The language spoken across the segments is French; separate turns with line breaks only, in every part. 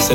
C'est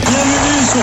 Bienvenue sur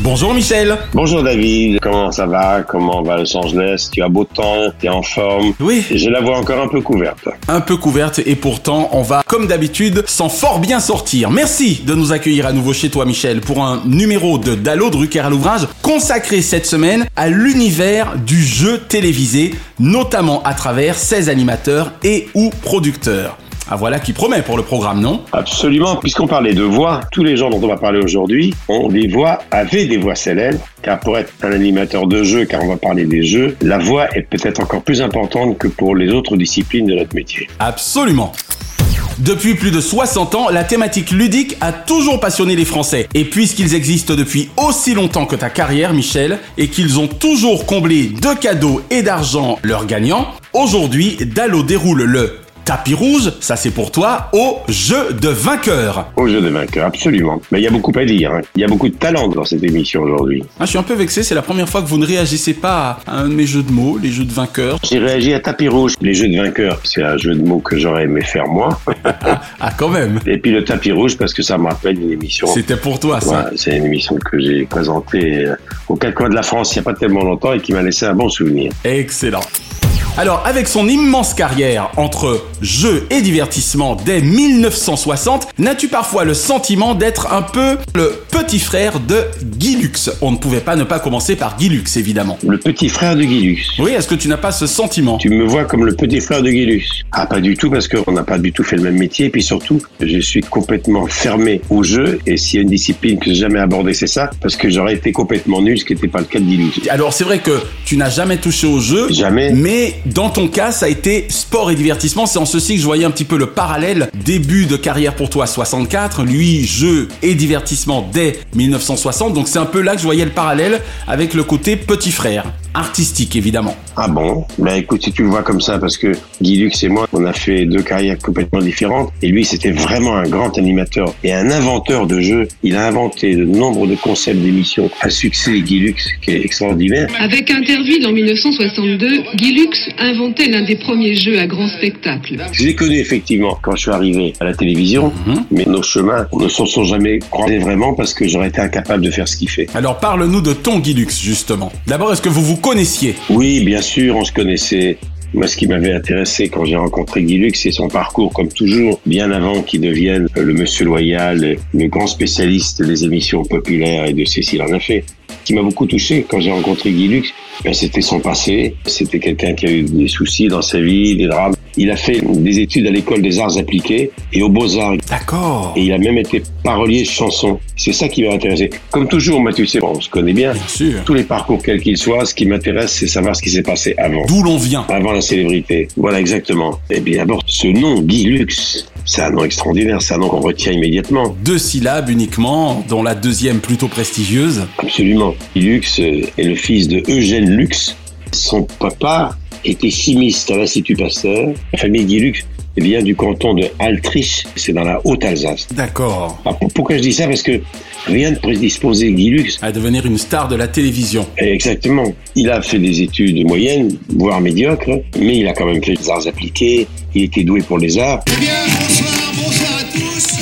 Bonjour Michel.
Bonjour David. Comment ça va Comment va Los Angeles Tu as beau temps T'es en forme
Oui.
J'ai la voix encore un peu couverte.
Un peu couverte et pourtant on va, comme d'habitude, s'en fort bien sortir. Merci de nous accueillir à nouveau chez toi Michel pour un numéro de Dallo Drucker à l'ouvrage consacré cette semaine à l'univers du jeu télévisé, notamment à travers ses animateurs et ou producteurs. Ah voilà qui promet pour le programme, non
Absolument, puisqu'on parlait de voix, tous les gens dont on va parler aujourd'hui ont des voix, avaient des voix célèbres, car pour être un animateur de jeu, car on va parler des jeux, la voix est peut-être encore plus importante que pour les autres disciplines de notre métier.
Absolument depuis plus de 60 ans, la thématique ludique a toujours passionné les Français. Et puisqu'ils existent depuis aussi longtemps que ta carrière, Michel, et qu'ils ont toujours comblé de cadeaux et d'argent leurs gagnants, aujourd'hui, Dalo déroule le Tapis rouge, ça c'est pour toi, au jeu de vainqueur.
Au jeu de vainqueur, absolument. Mais il y a beaucoup à dire, il hein. y a beaucoup de talent dans cette émission aujourd'hui.
Ah, je suis un peu vexé, c'est la première fois que vous ne réagissez pas à un de mes jeux de mots, les jeux de vainqueur.
J'ai réagi à tapis rouge. Les jeux de vainqueur, c'est un jeu de mots que j'aurais aimé faire moi.
ah, quand même.
Et puis le tapis rouge, parce que ça me rappelle une émission.
C'était pour toi, ça.
Ouais, c'est une émission que j'ai présentée aux quatre coins de la France il n'y a pas tellement longtemps et qui m'a laissé un bon souvenir.
Excellent. Alors, avec son immense carrière entre jeux et divertissement dès 1960, n'as-tu parfois le sentiment d'être un peu le petit frère de Guy Lux On ne pouvait pas ne pas commencer par Guy Lux, évidemment.
Le petit frère de Guy Lux
Oui, est-ce que tu n'as pas ce sentiment
Tu me vois comme le petit frère de Guy Lux Ah, pas du tout, parce qu'on n'a pas du tout fait le même métier. Et puis surtout, je suis complètement fermé au jeu. Et s'il y a une discipline que j'ai jamais abordée, c'est ça, parce que j'aurais été complètement nul, ce qui n'était pas le cas de Guy Lux.
Alors, c'est vrai que tu n'as jamais touché au jeu.
Jamais.
Mais dans ton cas, ça a été sport et divertissement. C'est en ceci que je voyais un petit peu le parallèle. Début de carrière pour toi, 64. Lui, jeu et divertissement dès 1960. Donc c'est un peu là que je voyais le parallèle avec le côté petit frère. Artistique, évidemment.
Ah bon Bah écoute, si tu le vois comme ça, parce que Guy Lux et moi, on a fait deux carrières complètement différentes. Et lui, c'était vraiment un grand animateur et un inventeur de jeux. Il a inventé le nombre de concepts d'émissions à succès, Guy Lux, qui est extraordinaire.
Avec Interville en 1962, Guy Lux inventé l'un des premiers jeux à grand spectacle.
Je l'ai connu effectivement quand je suis arrivé à la télévision, mmh. mais nos chemins ne s'en sont jamais croisés vraiment parce que j'aurais été incapable de faire ce qu'il fait.
Alors parle-nous de ton Guy Lux justement. D'abord, est-ce que vous vous connaissiez
Oui, bien sûr, on se connaissait. Moi, ce qui m'avait intéressé quand j'ai rencontré Guy Lux, c'est son parcours, comme toujours, bien avant qu'il devienne le monsieur loyal, le grand spécialiste des émissions populaires et de Cécile en effet qui m'a beaucoup touché quand j'ai rencontré Guy Lux, ben c'était son passé. C'était quelqu'un qui a eu des soucis dans sa vie, des drames. Il a fait des études à l'école des arts appliqués et aux beaux-arts.
D'accord.
Et il a même été parolier chanson. C'est ça qui m'a intéressé. Comme toujours, Mathieu, c'est bon, on se connaît bien.
Bien sûr.
Tous les parcours, quels qu'ils soient, ce qui m'intéresse, c'est savoir ce qui s'est passé avant.
D'où l'on vient.
Avant la célébrité. Voilà, exactement. Et bien d'abord, ce nom, Guy Lux, c'est un nom extraordinaire, c'est un nom qu'on retient immédiatement.
Deux syllabes uniquement, dont la deuxième plutôt prestigieuse.
Absolument. Lux euh, est le fils de Eugène Lux. Son papa était chimiste à l'Institut Pasteur. La famille Guy Lux vient du canton de Altrich, c'est dans la Haute-Alsace.
D'accord.
Ah, pourquoi je dis ça Parce que rien ne prédisposait Guy Lux
à devenir une star de la télévision.
Exactement. Il a fait des études moyennes, voire médiocres, mais il a quand même fait des arts appliqués, il était doué pour les arts.
Eh bien, bonsoir, bonsoir à tous.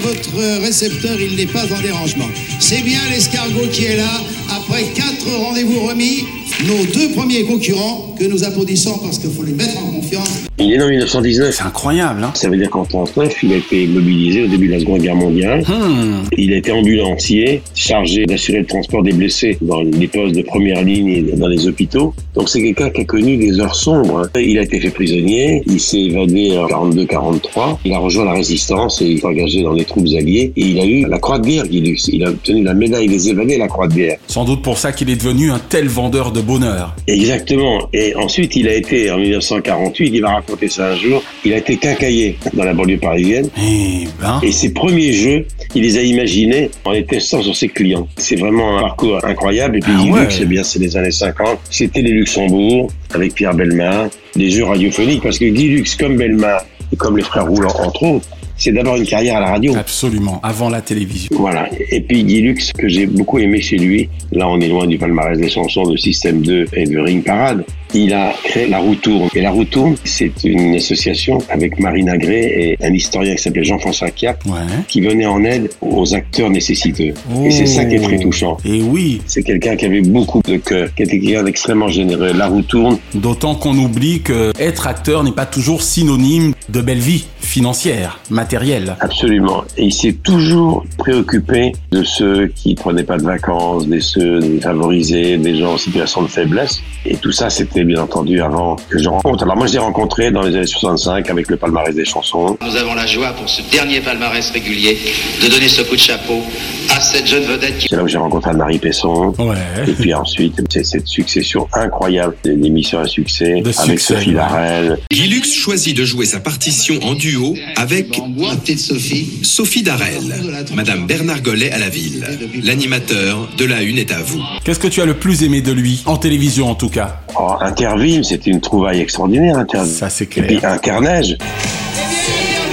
votre récepteur, il n'est pas en dérangement. C'est bien l'escargot qui est là. Après quatre rendez-vous remis, nos deux premiers concurrents, que nous applaudissons parce qu'il faut les mettre en confiance.
Il est né en 1919.
C'est incroyable, hein
Ça veut dire qu'en 39, il a été mobilisé au début de la Seconde Guerre mondiale.
Hmm.
Il a été ambulancier, chargé d'assurer le transport des blessés dans les postes de première ligne et dans les hôpitaux. Donc c'est quelqu'un qui a connu des heures sombres. hein. Il a été fait prisonnier, il s'est évadé en 42-43, il a rejoint la résistance et il s'est engagé dans les troupes alliées et il a eu la croix de guerre, Guilux. Il a obtenu la médaille des évadés, et la croix de guerre.
Sans doute pour ça qu'il est devenu un tel vendeur de bonheur.
Exactement. Et ensuite, il a été, en 1948, il va raconter ça un jour, il a été quincaillé dans la banlieue parisienne.
Eh ben.
Et ses premiers jeux, il les a imaginés en les testant sur ses clients. C'est vraiment un parcours incroyable. Et puis,
Ah
Guilux,
ouais.
eh bien, c'est les années 50. C'était les Luxembourg, avec Pierre Bellemare, des jeux radiophoniques, parce que Guilux, comme Bellemare, et comme les frères Roulants, entre autres, c'est d'abord une carrière à la radio.
Absolument, avant la télévision.
Voilà. Et puis Guilux, que j'ai beaucoup aimé chez lui, là on est loin du palmarès des chansons de Système 2 et de Ring Parade, il a créé La Roue Tourne. Et La Roue Tourne, c'est une association avec Marina Gray et un historien qui s'appelait Jean-François Cap,
Ouais.
qui venait en aide aux acteurs nécessiteux.
Oh.
Et c'est ça qui est très touchant.
Et oui,
C'est quelqu'un qui avait beaucoup de cœur, qui était quelqu'un d'extrêmement généreux. La roue tourne.
d'autant qu'on oublie que être acteur n'est pas toujours synonyme de belle vie financière, matérielle.
Absolument. Et il s'est toujours préoccupé de ceux qui prenaient pas de vacances, des ceux défavorisés, des gens en situation de faiblesse. Et tout ça, c'était bien entendu avant que je rencontre. Alors moi, je l'ai rencontré dans les années 65 avec le palmarès des chansons.
Nous avons la joie pour ce dernier palmarès régulier de donner ce coup de chapeau à cette jeune vedette qui
C'est là où j'ai rencontré Anne-Marie Pesson. Et
Ouais.
puis ensuite, c'est cette succession incroyable d'émissions à succès
De
avec
succès,
Sophie
ouais.
Darel.
Gilux choisit de jouer sa partition en duo avec
Moi, petite Sophie,
Sophie Darel, Madame Bernard Gollet à la ville. L'animateur de la une est à vous.
Qu'est-ce que tu as le plus aimé de lui En télévision en tout cas.
Oh, Interville, c'était une trouvaille extraordinaire, Interville.
Ça c'est
Et puis
clair.
un carnage.
Berville,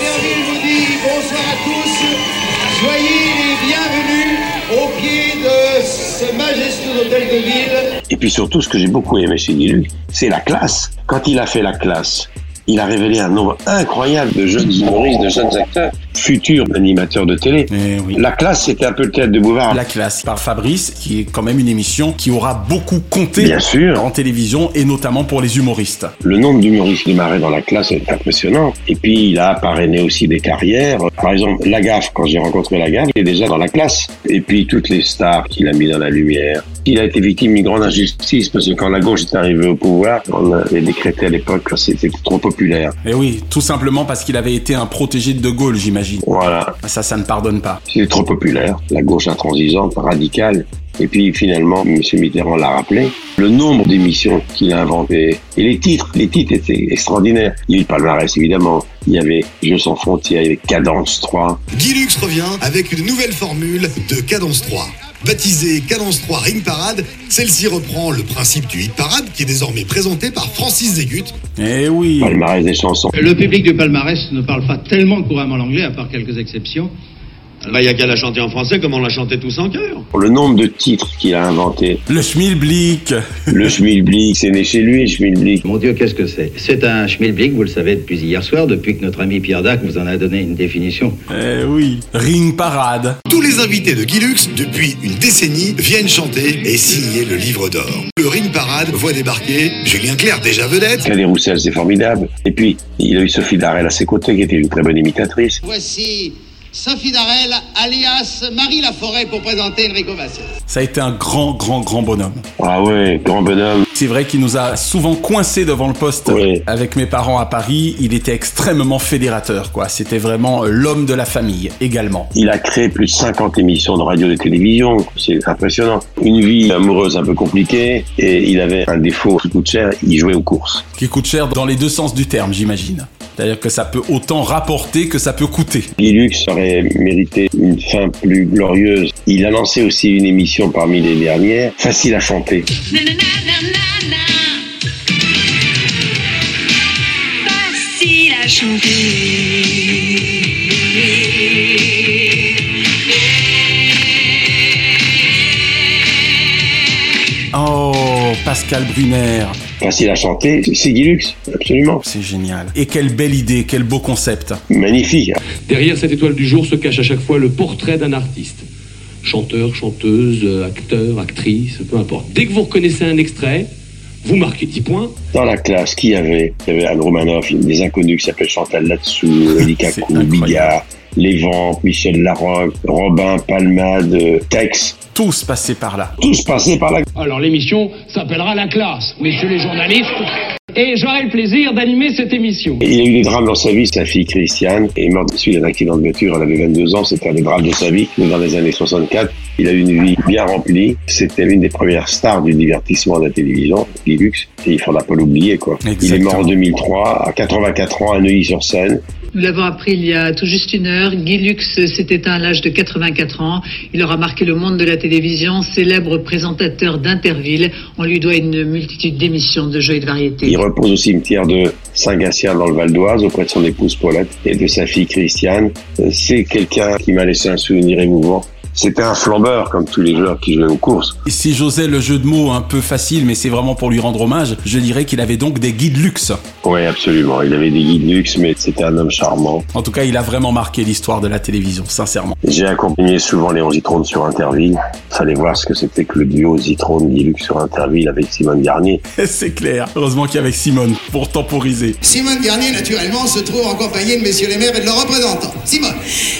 Berville vous dit bonsoir à tous. Soyez les bienvenus au pied de ce majestueux hôtel de ville.
Et puis surtout, ce que j'ai beaucoup aimé chez Guilux, c'est la classe. Quand il a fait la classe, il a révélé un nombre incroyable de jeunes humoristes, de jeunes acteurs, futurs animateurs de télé.
Eh oui.
La classe, c'était un peu le théâtre de Bouvard.
La classe par Fabrice, qui est quand même une émission qui aura beaucoup compté
Bien sûr,
en télévision et notamment pour les humoristes.
le nombre d'humoristes démarrés dans la classe est impressionnant. Et puis, il a parrainé aussi des carrières. Par exemple, Lagaffe, quand j'ai rencontré Lagaffe, il est déjà dans la classe. Et puis, toutes les stars qu'il a mis dans la lumière. Il a été victime d'une grande injustice parce que quand la gauche est arrivée au pouvoir, on avait décrété à l'époque que c'était trop populaire.
Et Eh oui, tout simplement parce qu'il avait été un protégé de De Gaulle, j'imagine.
Voilà.
Ça, ça ne pardonne pas.
C'est trop populaire, la gauche intransigeante, radicale. Et puis finalement, M. Mitterrand l'a rappelé, le nombre d'émissions qu'il a inventées et les titres, les titres étaient extraordinaires. Il y a eu le palmarès évidemment, il y avait Jeux sans frontières, il y avait Cadence 3.
Guilux revient avec une nouvelle formule de Cadence 3. Baptisée Cadence 3 Ring Parade, celle-ci reprend le principe du Hit Parade qui est désormais présenté par Francis Zégut.
Eh oui.
Palmarès des chansons.
Le public du palmarès ne parle pas tellement couramment l'anglais, à part quelques exceptions. Bah, il n'y a qu'à la chanter en français comme on la chantait tous en chœur.
Le nombre de titres qu'il a inventé,
Le schmilblick.
le Schmilblick, c'est né chez lui, Schmilblick.
Mon Dieu, qu'est-ce que c'est C'est un schmilblick, vous le savez depuis hier soir, depuis que notre ami Pierre Dac vous en a donné une définition.
Eh oui. Ring parade.
Tous les invités de Guilux, depuis une décennie, viennent chanter et signer le livre d'or. Le Ring Parade voit débarquer Julien Clerc, déjà vedette,
Cadet Roussel, c'est formidable. Et puis, il a eu Sophie Darel à ses côtés, qui était une très bonne imitatrice.
Voici Sophie Darel, alias Marie Laforêt, pour présenter Enrico Macias.
Ça a été un grand, grand, grand bonhomme.
Ah ouais, grand bonhomme.
C'est vrai qu'il nous a souvent coincés devant le poste
Oui.
avec mes parents à Paris. Il était extrêmement fédérateur, quoi. C'était vraiment l'homme de la famille également.
Il a créé plus de 50 émissions de radio et de télévision. C'est impressionnant. Une vie amoureuse un peu compliquée et il avait un défaut qui coûte cher. Il jouait aux courses.
Qui coûte cher dans les deux sens du terme, j'imagine. C'est-à-dire que ça peut autant rapporter que ça peut coûter.
Guilux aurait mérité une fin plus glorieuse. Il a lancé aussi une émission parmi les dernières, facile à chanter.
Facile à chanter.
Oh, Pascal Brunner. Oh,
Facile à chanter, c'est Guilux. Absolument.
C'est génial. Et quelle belle idée, quel beau concept.
Magnifique.
Derrière cette étoile du jour se cache à chaque fois le portrait d'un artiste. Chanteur, chanteuse, euh, acteur, actrice, peu importe. Dès que vous reconnaissez un extrait, vous marquez 10 points.
Dans la classe, qui y avait Il y avait Anne Romanoff, il y a des inconnus qui s'appellent Chantal Latsou, Elie Kakou, Bigard, Lévent, Michel Larocque, Robin, Palmade, euh, Tex.
Tous passés par là.
Tous passés par là.
Alors l'émission s'appellera La Classe, messieurs les journalistes. Et j'aurai le plaisir d'animer cette émission.
Et il y a eu des drames dans sa vie, sa fille Christiane est morte suite d'un accident de voiture, elle avait 22 ans, c'était un des drames de sa vie, dans les années 64. Il a eu une vie bien remplie, c'était l'une des premières stars du divertissement à la télévision, Guy Lux, et il faudra pas l'oublier quoi.
Exactement.
Il est mort en 2003, à 84 ans, à Neuilly-sur-Seine,
nous l'avons appris il y a tout juste une heure. Guy Lux s'est éteint à l'âge de 84 ans. Il aura marqué le monde de la télévision, célèbre présentateur d'Interville. On lui doit une multitude d'émissions de jeux et de variétés.
Il repose au cimetière de Saint-Gatien dans le Val d'Oise auprès de son épouse Paulette et de sa fille Christiane. Euh, C'est quelqu'un qui m'a laissé un souvenir émouvant. C'était un flambeur comme tous les joueurs qui jouaient aux courses.
Et si j'osais le jeu de mots un peu facile, mais c'est vraiment pour lui rendre hommage, je dirais qu'il avait donc des guides luxe.
Oui, absolument. Il avait des guides luxe, mais c'était un homme charmant.
En tout cas, il a vraiment marqué l'histoire de la télévision, sincèrement.
J'ai accompagné souvent Léon Zitrone sur Interville. Fallait voir ce que c'était que le duo Zitrone Guilux sur Interville avec Simone Garnier.
c'est clair. Heureusement qu'il y avait Simone pour temporiser.
Simone Garnier, naturellement, se trouve en compagnie de messieurs les maires et de leurs représentants. Simone.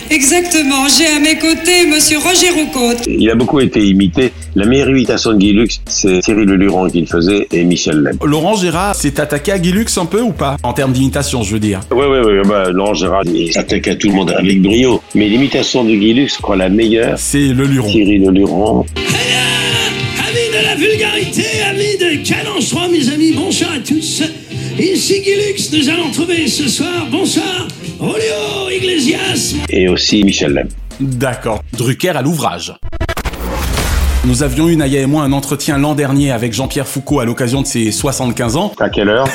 Exactement. J'ai à mes côtés monsieur Roger Roucaute.
Il a beaucoup été imité. La meilleure imitation de Guy Lux, c'est Thierry Leluron qui le faisait et Michel Leb.
Laurent Gérard s'est attaqué à Guy Lux un peu ou pas En termes d'imitation, je veux dire.
Oui, oui, oui. Bah, Laurent Gérard, il s'attaque à tout le monde avec brio. Mais l'imitation de Guy Lux, je crois, la meilleure,
C'est Leluron.
Thierry Leluron.
Amis de la vulgarité, amis de Calençois, mes amis, bonsoir à tous. Ici Guilux, nous allons trouver ce soir, bonsoir, Rolio Iglesias.
Et aussi Michel Leb.
D'accord. Drucker à l'ouvrage. Nous avions eu, Naya et moi, un entretien l'an dernier avec Jean-Pierre Foucault à l'occasion de ses 75 ans.
À quelle heure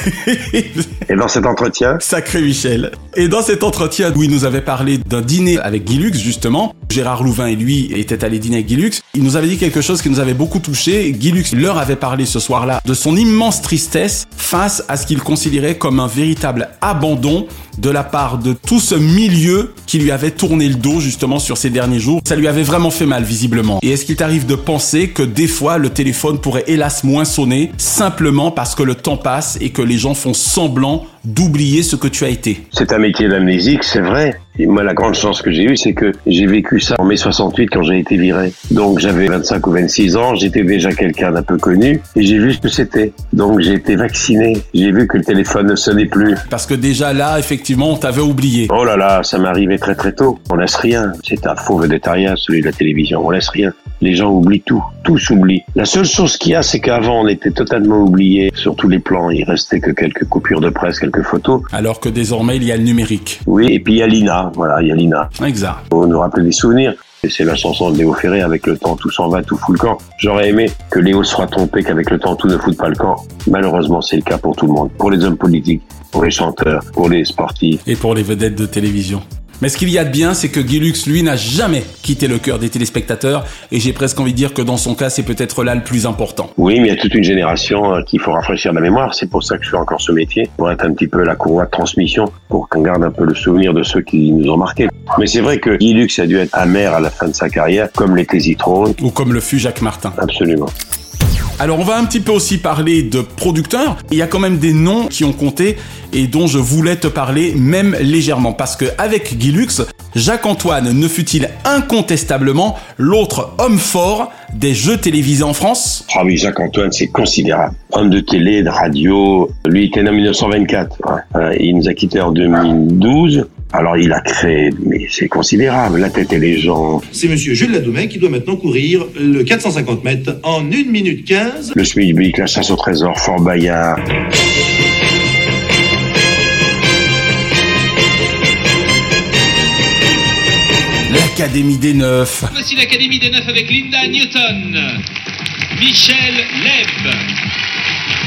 Et dans cet entretien
Sacré Michel. Et dans cet entretien où il nous avait parlé d'un dîner avec Guy Lux, justement, Gérard Louvain et lui étaient allés dîner avec Guy Lux, il nous avait dit quelque chose qui nous avait beaucoup touché. Guy Lux leur avait parlé ce soir-là de son immense tristesse face à ce qu'il considérait comme un véritable abandon de la part de tout ce milieu qui lui avait tourné le dos justement sur ces derniers jours. Ça lui avait vraiment fait mal visiblement. Et est-ce qu'il t'arrive de penser que des fois le téléphone pourrait hélas moins sonner simplement parce que le temps passe et que les gens font semblant d'oublier ce que tu as été
C'est un métier d'amnésique, c'est vrai. Et moi, la grande chance que j'ai eue, c'est que j'ai vécu ça en mai 68 quand j'ai été viré. Donc, j'avais 25 ou 26 ans, j'étais déjà quelqu'un d'un peu connu et j'ai vu ce que c'était. Donc, j'ai été vacciné. J'ai vu que le téléphone ne sonnait plus.
Parce que déjà là, effectivement, on t'avait oublié.
Oh là là, ça m'est arrivé très très tôt. On laisse rien. C'est un faux végétarien, celui de la télévision. On laisse rien. Les gens oublient tout. Tout s'oublie. La seule chose qu'il y a, c'est qu'avant, on était totalement oublié sur tous les plans. Il restait que quelques coupures de presse, quelques photos.
Alors que désormais, il y a le numérique.
Oui, et puis il y a Lina. Voilà, il y a Lina.
Exact.
On nous rappelle des souvenirs. Et c'est la chanson de Léo Ferré, avec le temps tout s'en va, tout fout le camp. J'aurais aimé que Léo soit trompé qu'avec le temps tout ne fout pas le camp. Malheureusement, c'est le cas pour tout le monde. Pour les hommes politiques, pour les chanteurs, pour les sportifs.
Et pour les vedettes de télévision. Mais ce qu'il y a de bien, c'est que Guy Lux, lui, n'a jamais quitté le cœur des téléspectateurs, et j'ai presque envie de dire que dans son cas, c'est peut-être là le plus important.
Oui, mais il y a toute une génération euh, qu'il faut rafraîchir la mémoire. C'est pour ça que je fais encore ce métier, pour être un petit peu la courroie de transmission, pour qu'on garde un peu le souvenir de ceux qui nous ont marqués. Mais c'est vrai que Guy Lux a dû être amer à la fin de sa carrière, comme l'était Zitrone.
Ou comme le fut Jacques Martin.
Absolument.
Alors on va un petit peu aussi parler de producteurs. Il y a quand même des noms qui ont compté et dont je voulais te parler même légèrement parce que avec Guy Lux, Jacques-Antoine ne fut-il incontestablement l'autre homme fort des jeux télévisés en France
Ah oui, Jacques-Antoine, c'est considérable. Homme de télé, de radio. Lui, il était né en 1924. ouais. Euh, Il nous a quittés en 2012. Alors, il a créé, mais c'est considérable, la tête et les gens,
C'est monsieur Jules Ladoumé qui doit maintenant courir le 450 mètres en 1 minute 15.
le SMIC, la chasse au trésor, Fort Bayard.
L'Académie des Neufs.
Voici l'Académie des Neufs avec Linda Newton, Michel Leb,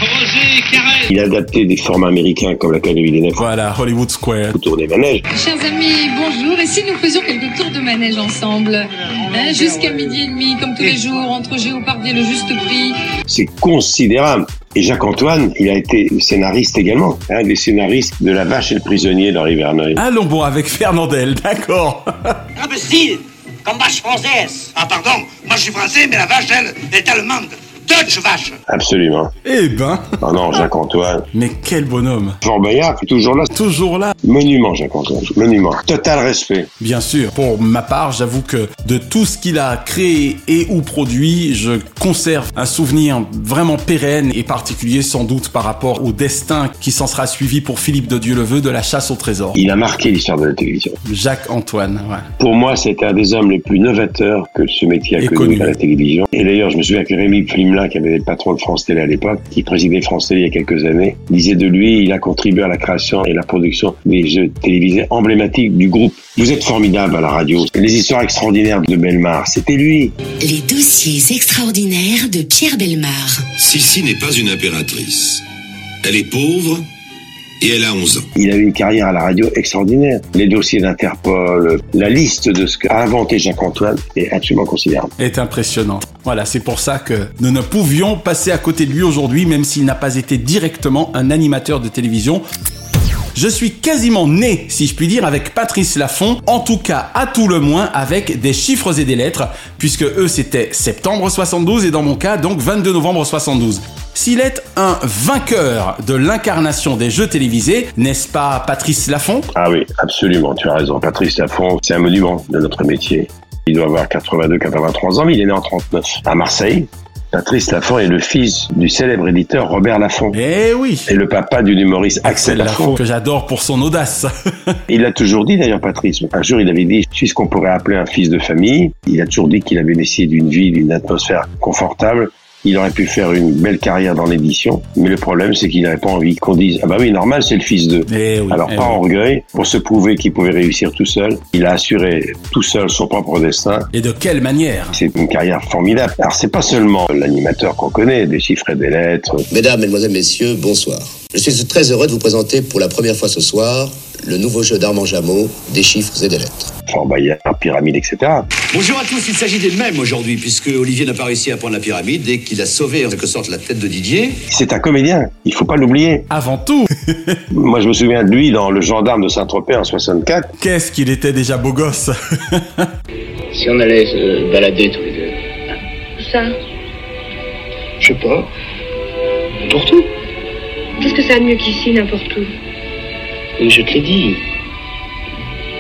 Roger Carrel. Il a adapté des formats américains comme l'Académie des Neuf.
Voilà, Hollywood Square.
Pour tourner manège.
Chers amis, bonjour. Et si nous faisions quelques tours de manège ensemble hein, Jusqu'à midi et demi, comme tous les jours, entre Géopardier et le juste prix.
C'est considérable. Et Jacques-Antoine, il a été scénariste également, un des scénaristes de La Vache et le Prisonnier d'Henri Verneuil.
Allons bon avec Fernandel, d'accord.
Imbécile Comme vache française Ah pardon, moi je suis français, mais la vache, elle, est allemande. Deutsche vache
Absolument.
Eh ben.
Ah non, Jacques-Antoine.
Mais quel bonhomme.
Fort Bayard, toujours là.
Toujours là.
Monument, Jacques-Antoine. Monument. Total respect.
Bien sûr. Pour ma part, j'avoue que de tout ce qu'il a créé et ou produit, je conserve un souvenir vraiment pérenne et particulier sans doute par rapport au destin qui s'en sera suivi pour Philippe de Dieu-le-Veu de la chasse au trésor.
Il a marqué l'histoire de la télévision.
Jacques-Antoine, ouais.
Pour moi, c'est un des hommes les plus novateurs que ce métier a
Et
connu
connu.
à la télévision. Et d'ailleurs, je me souviens que Rémi Flimlin, qui avait été le patron de France Télé à l'époque, qui présidait France Télé il y a quelques années, disait de lui, il a contribué à la création et la production des jeux télévisés emblématiques du groupe. Vous êtes formidable à la radio. Les histoires extraordinaires de Belmar, c'était lui.
Les dossiers extraordinaires de Pierre Belmar.
Sissi n'est pas une impératrice. Elle est pauvre et elle a 11 ans.
Il a eu une carrière à la radio extraordinaire. Les dossiers d'Interpol, la liste de ce qu'a inventé Jacques-Antoine est absolument considérable.
est impressionnant. Voilà, c'est pour ça que nous ne pouvions passer à côté de lui aujourd'hui, même s'il n'a pas été directement un animateur de télévision. Je suis quasiment né, si je puis dire, avec Patrice Laffont, en tout cas à tout le moins avec des chiffres et des lettres, puisque eux c'était septembre 72 et dans mon cas donc 22 novembre 72. S'il est un vainqueur de l'incarnation des jeux télévisés, n'est-ce pas Patrice Laffont
Ah oui, absolument, tu as raison. Patrice Laffont, c'est un monument de notre métier. Il doit avoir 82-83 ans, mais il est né en 39 à Marseille. Patrice Laffont est le fils du célèbre éditeur Robert Laffont.
Eh oui
Et le papa du humoriste Axel Laffont.
que j'adore pour son audace.
Il l'a toujours dit d'ailleurs, Patrice. Un jour, il avait dit, je suis ce qu'on pourrait appeler un fils de famille. Il a toujours dit qu'il avait bénéficié d'une vie, d'une atmosphère confortable. Il aurait pu faire une belle carrière dans l'édition, mais le problème, c'est qu'il n'avait pas envie qu'on dise, ah bah oui, normal, c'est le fils de.
Eh oui,
Alors,
eh
par
oui.
orgueil, pour se prouver qu'il pouvait réussir tout seul, il a assuré tout seul son propre destin.
Et de quelle manière
C'est une carrière formidable. Alors, c'est pas seulement l'animateur qu'on connaît, des chiffres et des lettres.
Mesdames, Mesdemoiselles, Messieurs, bonsoir. Je suis très heureux de vous présenter pour la première fois ce soir le nouveau jeu d'Armand Jameau, des chiffres et des lettres.
Fort Bayard, Pyramide, etc.
Bonjour à tous, il s'agit des mêmes aujourd'hui, puisque Olivier n'a pas réussi à prendre la pyramide et qu'il a sauvé en quelque sorte la tête de Didier.
C'est un comédien, il faut pas l'oublier.
Avant tout
Moi, je me souviens de lui dans Le Gendarme de Saint-Tropez en 64.
Qu'est-ce qu'il était déjà beau gosse
Si on allait se balader tous les deux.
Ça,
Je sais pas. N'importe où.
qu'est-ce que ça a de mieux qu'ici, n'importe où
Et je te l'ai dit.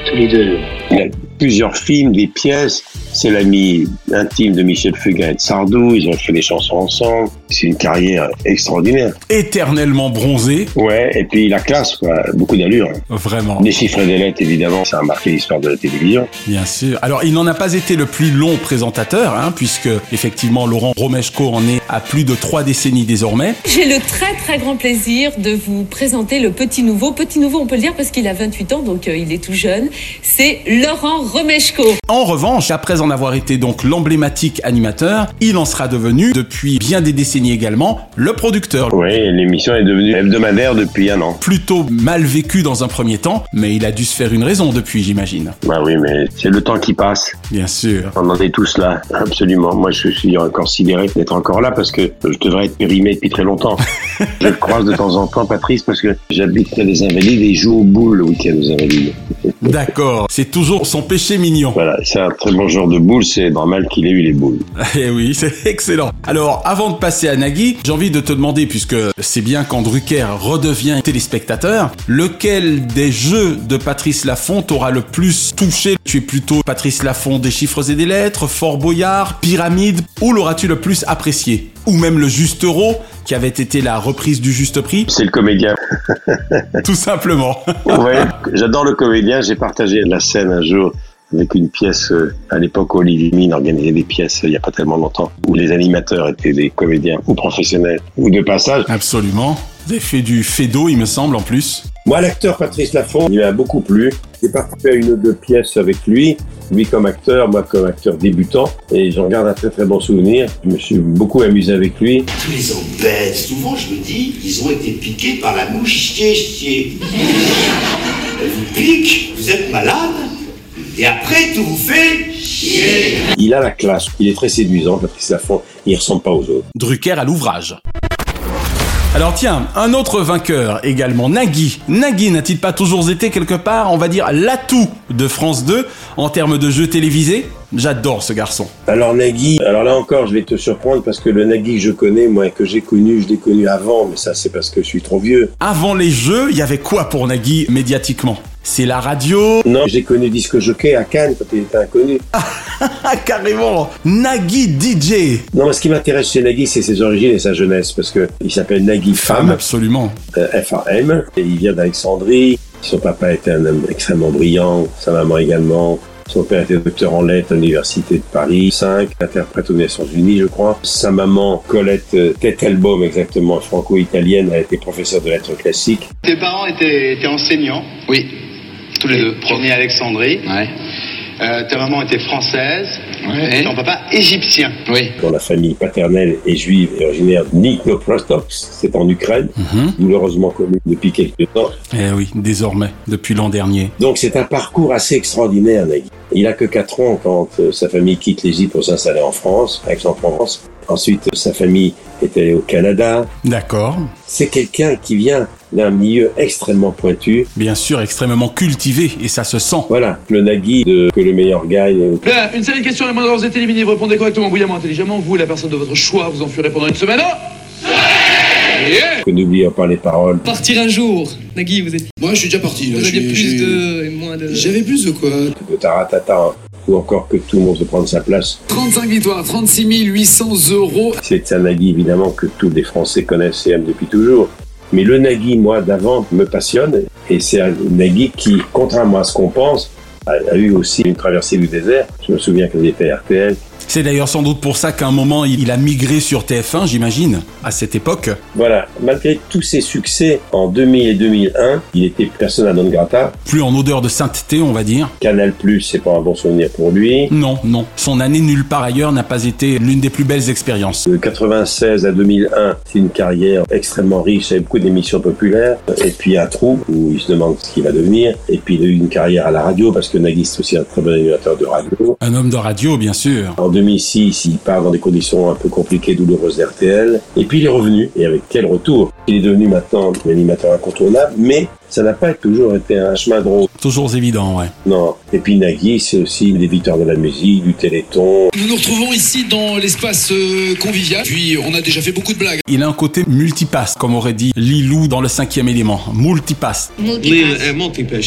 Tous les deux.
Il a plusieurs films, des pièces. C'est l'ami intime de Michel Fugain et de Sardou. Ils ont fait des chansons ensemble. C'est une carrière extraordinaire.
Éternellement bronzé,
Ouais, et puis la classe, quoi. beaucoup d'allure.
vraiment.
Des chiffres et des lettres, évidemment, ça a marqué l'histoire de la télévision.
Bien sûr. Alors, il n'en a pas été le plus long présentateur, hein, puisque effectivement Laurent Romeshko en est à plus de trois décennies désormais.
J'ai le très très grand plaisir de vous présenter le petit nouveau. Petit nouveau, on peut le dire parce qu'il a 28 ans, donc euh, il est tout jeune. C'est Laurent Romeshko.
En revanche, après en avoir été donc l'emblématique animateur, il en sera devenu, depuis bien des décennies également, le producteur.
Oui, l'émission est devenue hebdomadaire depuis un an.
Plutôt mal vécu dans un premier temps, mais il a dû se faire une raison depuis, j'imagine.
Bah oui, mais c'est le temps qui passe.
Bien sûr.
On en est tous là, absolument. Moi, je suis encore sidéré d'être encore là parce que je devrais être périmé depuis très longtemps. je le croise de temps en temps, Patrice, parce que j'habite près des Invalides et je joue aux boules le week-end aux Invalides.
D'accord. C'est toujours son péché mignon.
Voilà, c'est un très bon joueur de boules, c'est normal qu'il ait eu les boules.
Eh oui, c'est excellent. Alors, avant de passer à Nagui, j'ai envie de te demander, puisque c'est bien quand Drucker redevient téléspectateur, lequel des jeux de Patrice Laffont t'aura le plus touché Tu es plutôt Patrice Laffont des chiffres et des lettres, Fort Boyard, Pyramide, où l'auras-tu le plus apprécié Ou même le Juste Euro, qui avait été la reprise du Juste Prix
C'est le comédien.
Tout simplement.
Ouais, j'adore le comédien. J'ai partagé la scène un jour avec une pièce, euh, à l'époque, Olivier Mine organisait des pièces euh, il n'y a pas tellement longtemps, où les animateurs étaient des comédiens ou professionnels ou de passage.
Absolument. Vous avez fait du Fedo, il me semble, en plus.
Moi, l'acteur Patrice Laffont, il m'a beaucoup plu. J'ai participé à une ou deux pièces avec lui.
Lui comme acteur, moi comme acteur débutant. Et j'en garde un très très bon souvenir. Je me suis beaucoup amusé avec lui.
Tous les embêtes, souvent je me dis, ils ont été piqués par la mouche chier chier. Elle vous pique, vous êtes malade, et après tout vous fait chier.
Il a la classe, il est très séduisant, Patrice Lafont, il ressemble pas aux autres.
Drucker à l'ouvrage. Alors tiens, un autre vainqueur également, Nagui. Nagui n'a-t-il pas toujours été quelque part, on va dire, l'atout de France 2 en termes de jeux télévisés J'adore ce garçon.
Alors Nagui, alors là encore, je vais te surprendre parce que le Nagui que je connais, moi que j'ai connu, je l'ai connu avant, mais ça c'est parce que je suis trop vieux.
Avant les jeux, il y avait quoi pour Nagui médiatiquement C'est la radio
Non, j'ai connu Disque Jockey à Cannes quand il était inconnu.
Ah, Carrément Nagui DJ
Non, mais ce qui m'intéresse chez Nagui, c'est ses origines et sa jeunesse parce que il s'appelle Nagui Femme.
absolument.
euh, F.A.M. et il vient d'Alexandrie. Son papa était un homme extrêmement brillant, sa maman également. Son père était docteur en lettres à l'université de Paris 5, interprète aux Nations Unies, je crois. Sa maman, Colette euh, Tettelbaum, exactement franco-italienne, a été professeure de lettres classiques.
Tes parents étaient, étaient enseignants
Oui, tous les deux.
Tu es né à Alexandrie.
Ouais.
Euh, ta maman était française.
Ouais.
Et ton papa égyptien.
Oui.
Dont la famille paternelle est juive et originaire de Prostops, c'est en Ukraine,
Mhm.
douloureusement connue depuis quelques temps.
Eh oui, désormais, depuis l'an dernier.
Donc c'est un parcours assez extraordinaire, Nagui. Il a que 4 ans quand euh, sa famille quitte l'Égypte pour s'installer en France, à Aix-en-Provence. Ensuite, euh, sa famille est allée au Canada.
D'accord.
C'est quelqu'un qui vient d'un milieu extrêmement pointu.
Bien sûr, extrêmement cultivé, et ça se sent.
Voilà, le Nagui de Que le meilleur gagne. euh,
Là, une série de questions, la moindre vous êtes éliminé, vous répondez correctement, brillamment, intelligemment, vous et la personne de votre choix, vous enfuirez pendant une semaine.
Que n'oublions pas les paroles.
Partir un jour. Nagui, vous êtes.
Moi, je suis déjà parti. là.
Vous
Je
aviez
suis- j'ai-
plus de. et moins de.
J'avais plus de quoi
De taratata, hein. ou encore que tout le monde se prenne sa place.
35 victoires, 36 800 euros.
C'est un Nagui, évidemment, que tous les Français connaissent et aiment depuis toujours. Mais le Nagui, moi, d'avant, me passionne. Et c'est un Nagui qui, contrairement à ce qu'on pense, a, a eu aussi une traversée du désert. Je me souviens quand j'étais à RTL.
C'est d'ailleurs sans doute pour ça qu'à un moment, il il a migré sur TF1, j'imagine, à cette époque.
Voilà, malgré tous ses succès en 2000 et 2001, il était persona non grata.
Plus en odeur de sainteté, on va dire.
Canal Plus, c'est pas un bon souvenir pour lui.
Non, non. Son année nulle part ailleurs n'a pas été l'une des plus belles expériences.
De 96 à 2001, c'est une carrière extrêmement riche avec beaucoup d'émissions populaires. Et puis un trou où il se demande ce qu'il va devenir. Et puis il a eu une carrière à la radio parce que Nagui c'est aussi un très bon animateur de radio.
Un homme de radio, bien sûr.
En 2006, il part dans des conditions un peu compliquées, douloureuses d'RTL. Et puis il est revenu. Et avec quel retour Il est devenu maintenant un animateur incontournable, mais ça n'a pas toujours été un chemin de rose.
Toujours évident, ouais.
Non. Et puis Nagui, c'est aussi des victoires de la musique, du téléthon.
Nous nous retrouvons ici dans l'espace euh, convivial. Puis on a déjà fait beaucoup de blagues.
Il a un côté multipasse, comme aurait dit Lilou dans le cinquième élément. Multipasse.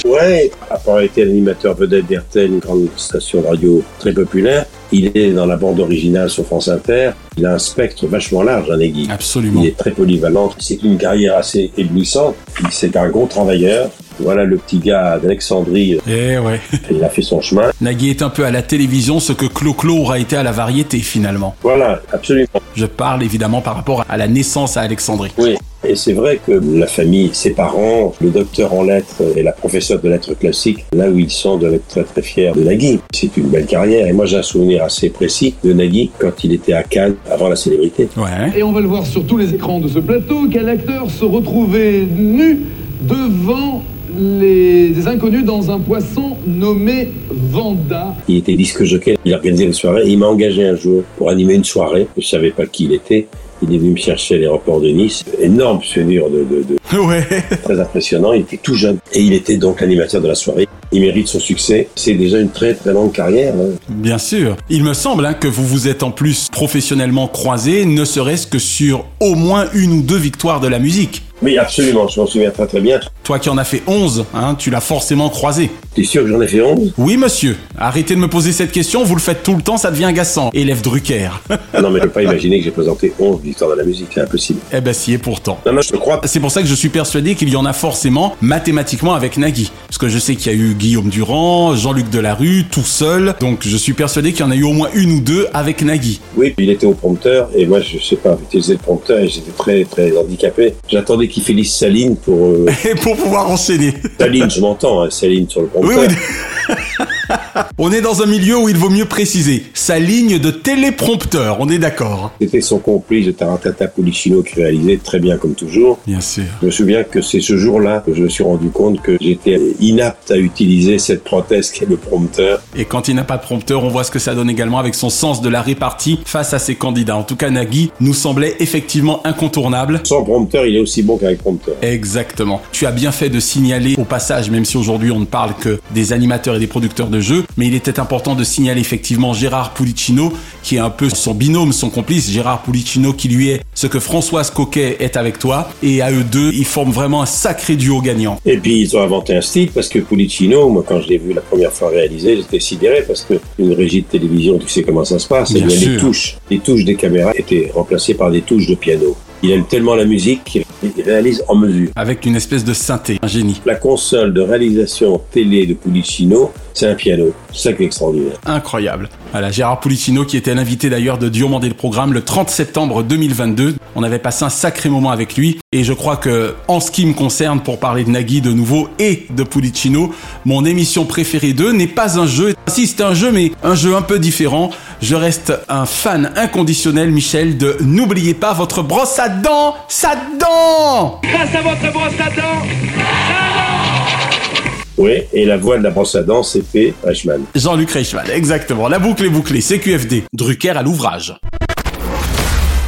Ouais, à part être l'animateur vedette d'RTL, une grande station de radio très populaire, il est dans la bande originale sur France Inter. Il a un spectre vachement large, un aiguille.
Absolument.
Il est très polyvalent. C'est une carrière assez éblouissante. C'est un gros travailleur. Voilà le petit gars d'Alexandrie.
Eh ouais.
Il a fait son chemin.
Nagui est un peu à la télévision ce que Clo-Clo aura été à la variété, finalement.
Voilà, absolument.
Je parle évidemment par rapport à la naissance à Alexandrie.
Oui. Et c'est vrai que la famille, ses parents, le docteur en lettres et la professeure de lettres classiques, là où ils sont, doivent être très très fiers de Nagui. C'est une belle carrière. Et moi, j'ai un souvenir assez précis de Nagui quand il était à Cannes avant la célébrité.
Ouais.
Et on va le voir sur tous les écrans de ce plateau, quel acteur se retrouvait nu devant les inconnus dans un poisson nommé Vanda.
Il était disque jockey, il organisait des soirées. Il m'a engagé un jour pour animer une soirée. Je savais pas qui il était. Il est venu me chercher à l'aéroport de Nice. Énorme souvenir de, de, de-
Ouais.
très impressionnant. Il était tout jeune et il était donc l'animateur de la soirée. Il mérite son succès. C'est déjà une très très longue carrière. hein.
Bien sûr. Il me semble hein, que vous vous êtes en plus professionnellement croisés, ne serait-ce que sur au moins une ou deux victoires de la musique.
Oui, absolument. Je m'en souviens très très bien.
Toi qui en as fait 11, hein, tu l'as forcément croisé.
T'es sûr que j'en ai fait 11
Oui, monsieur. Arrêtez de me poser cette question, vous le faites tout le temps, ça devient agaçant. Élève Drucker.
Ah Non, mais je peux pas imaginer que j'ai présenté 11 victoires de la musique. C'est impossible.
eh ben, si et pourtant.
Non, non, je te crois.
C'est pour ça que je suis persuadé qu'il y en a forcément mathématiquement avec Nagui. Parce que je sais qu'il y a eu Guillaume Durand, Jean-Luc Delarue, tout seul. Donc je suis persuadé qu'il y en a eu au moins une ou deux avec Nagui.
Oui, puis il était au prompteur et moi, je sais pas, j'utilisais le prompteur et j'étais très très handicapé. J'attendais qu'il finisse sa ligne pour... euh,
Et pour pouvoir enchaîner.
sa ligne, je m'entends, hein, sa ligne sur le prompteur.
Oui, oui. On est dans un milieu où il vaut mieux préciser sa ligne de téléprompteur, on est d'accord. hein.
C'était son complice de Tarantata Policino qui réalisait très bien comme toujours.
Bien sûr.
Je me souviens que c'est ce jour-là que je me suis rendu compte que j'étais inapte à utiliser cette prothèse qu'est le prompteur.
Et quand il n'a pas de prompteur, on voit ce que ça donne également avec son sens de la répartie face à ses candidats. En tout cas, Nagui nous semblait effectivement incontournable.
Sans prompteur, il est aussi bon qu'avec prompteur.
Exactement. Tu as bien fait de signaler au passage, même si aujourd'hui on ne parle que des animateurs et des producteurs de jeux, mais il était important de signaler effectivement Gérard Pulicino, qui est un peu son binôme, son complice, Gérard Pulicino qui lui est ce que Françoise Coquet est avec toi, et à eux deux, ils forment vraiment un sacré duo gagnant.
Et puis ils ont inventé un style parce que Pulicino, moi quand je l'ai vu la première fois réalisé, j'étais sidéré parce que une régie de télévision, tu sais comment ça se passe,
Bien
et bien les
sûr.
touches, les touches des caméras étaient remplacées par des touches de piano. Il aime tellement la musique qu'il réalise en mesure.
Avec une espèce de synthé, un génie.
La console de réalisation télé de Pulicino, c'est un piano. C'est ça qui est extraordinaire.
Incroyable. Voilà, Gérard Pulicino qui était l'invité d'ailleurs de Diomandé le programme le 30 septembre 2022. On avait passé un sacré moment avec lui et je crois que en ce qui me concerne pour parler de Nagui de nouveau et de Pulicino, mon émission préférée d'eux n'est pas un jeu. Si c'est un jeu mais un jeu un peu différent, je reste un fan inconditionnel Michel de N'oubliez pas votre brosse à dents, sa dent.
Face à votre brosse à dents,
Oui, et la voix de la brosse à dents, c'était Reichmann.
Jean-Luc Reichmann, exactement. La boucle est bouclée, CQFD. Drucker à l'ouvrage.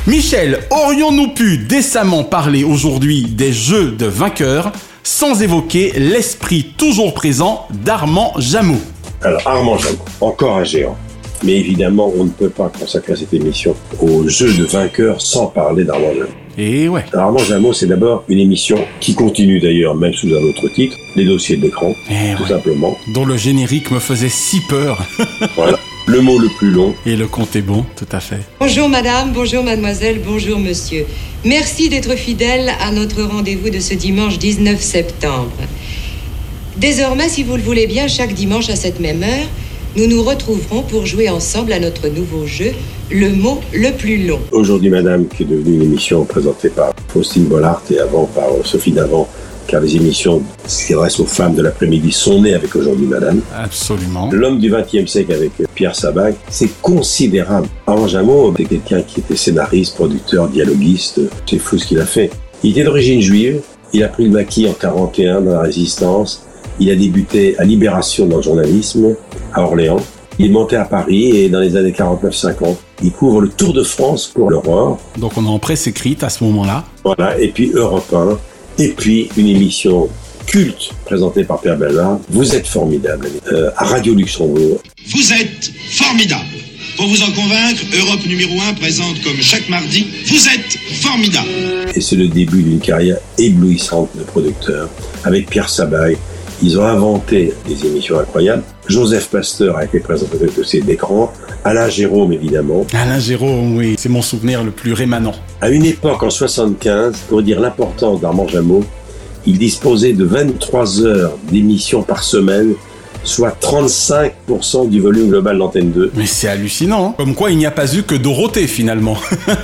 Michel, aurions-nous pu décemment parler aujourd'hui des jeux de vainqueurs sans évoquer l'esprit toujours présent d'Armand Jameau
Alors, Armand Jameau, encore un géant. Mais évidemment, on ne peut pas consacrer cette émission au jeu de vainqueur sans parler d'Armand Jameau.
Et Eh ouais.
Armand Jameau, c'est d'abord une émission qui continue d'ailleurs, même sous un autre titre, les dossiers de l'écran,
Eh
tout
ouais.
simplement.
dont le générique me faisait si peur.
Voilà. Le mot le plus long.
Et le compte est bon, tout à fait.
Bonjour madame, bonjour mademoiselle, bonjour monsieur. Merci d'être fidèle à notre rendez-vous de ce dimanche 19 septembre. Désormais, si vous le voulez bien, chaque dimanche à cette même heure, nous nous retrouverons pour jouer ensemble à notre nouveau jeu, le mot le plus long.
Aujourd'hui, Madame, qui est devenue une émission présentée par Faustine Bollard et avant par euh, Sophie Davant, car les émissions qui restent aux femmes de l'après-midi sont nées avec Aujourd'hui, Madame.
Absolument.
L'homme du XXe siècle avec euh, Pierre Sabac, c'est considérable. Armand Jameau, c'est quelqu'un qui était scénariste, producteur, dialoguiste. C'est fou ce qu'il a fait. Il était d'origine juive. Il a pris le maquis en 41 dans la résistance. Il a débuté à Libération dans le journalisme à Orléans. Il est monté à Paris et dans les années 49-50, il couvre le Tour de France pour l'Aurore.
Donc on est en presse écrite à ce moment-là.
Voilà, et puis Europe 1, et puis une émission culte présentée par Pierre Belmar. Vous êtes formidable euh, à Radio Luxembourg.
Vous êtes formidable. Pour vous en convaincre, Europe numéro 1 présente comme chaque mardi, vous êtes formidable.
Et c'est le début d'une carrière éblouissante de producteur avec Pierre Sabay. Ils ont inventé des émissions incroyables. Joseph Pasteur a été présentateur de ses écrans. Alain Jérôme, évidemment.
Alain Jérôme, oui, c'est mon souvenir le plus rémanent.
À une époque en 75, pour dire l'importance d'Armand Jameau, il disposait de 23 heures d'émission par semaine, soit 35% du volume global d'Antenne 2.
Mais c'est hallucinant. hein. Comme quoi, il n'y a pas eu que Dorothée finalement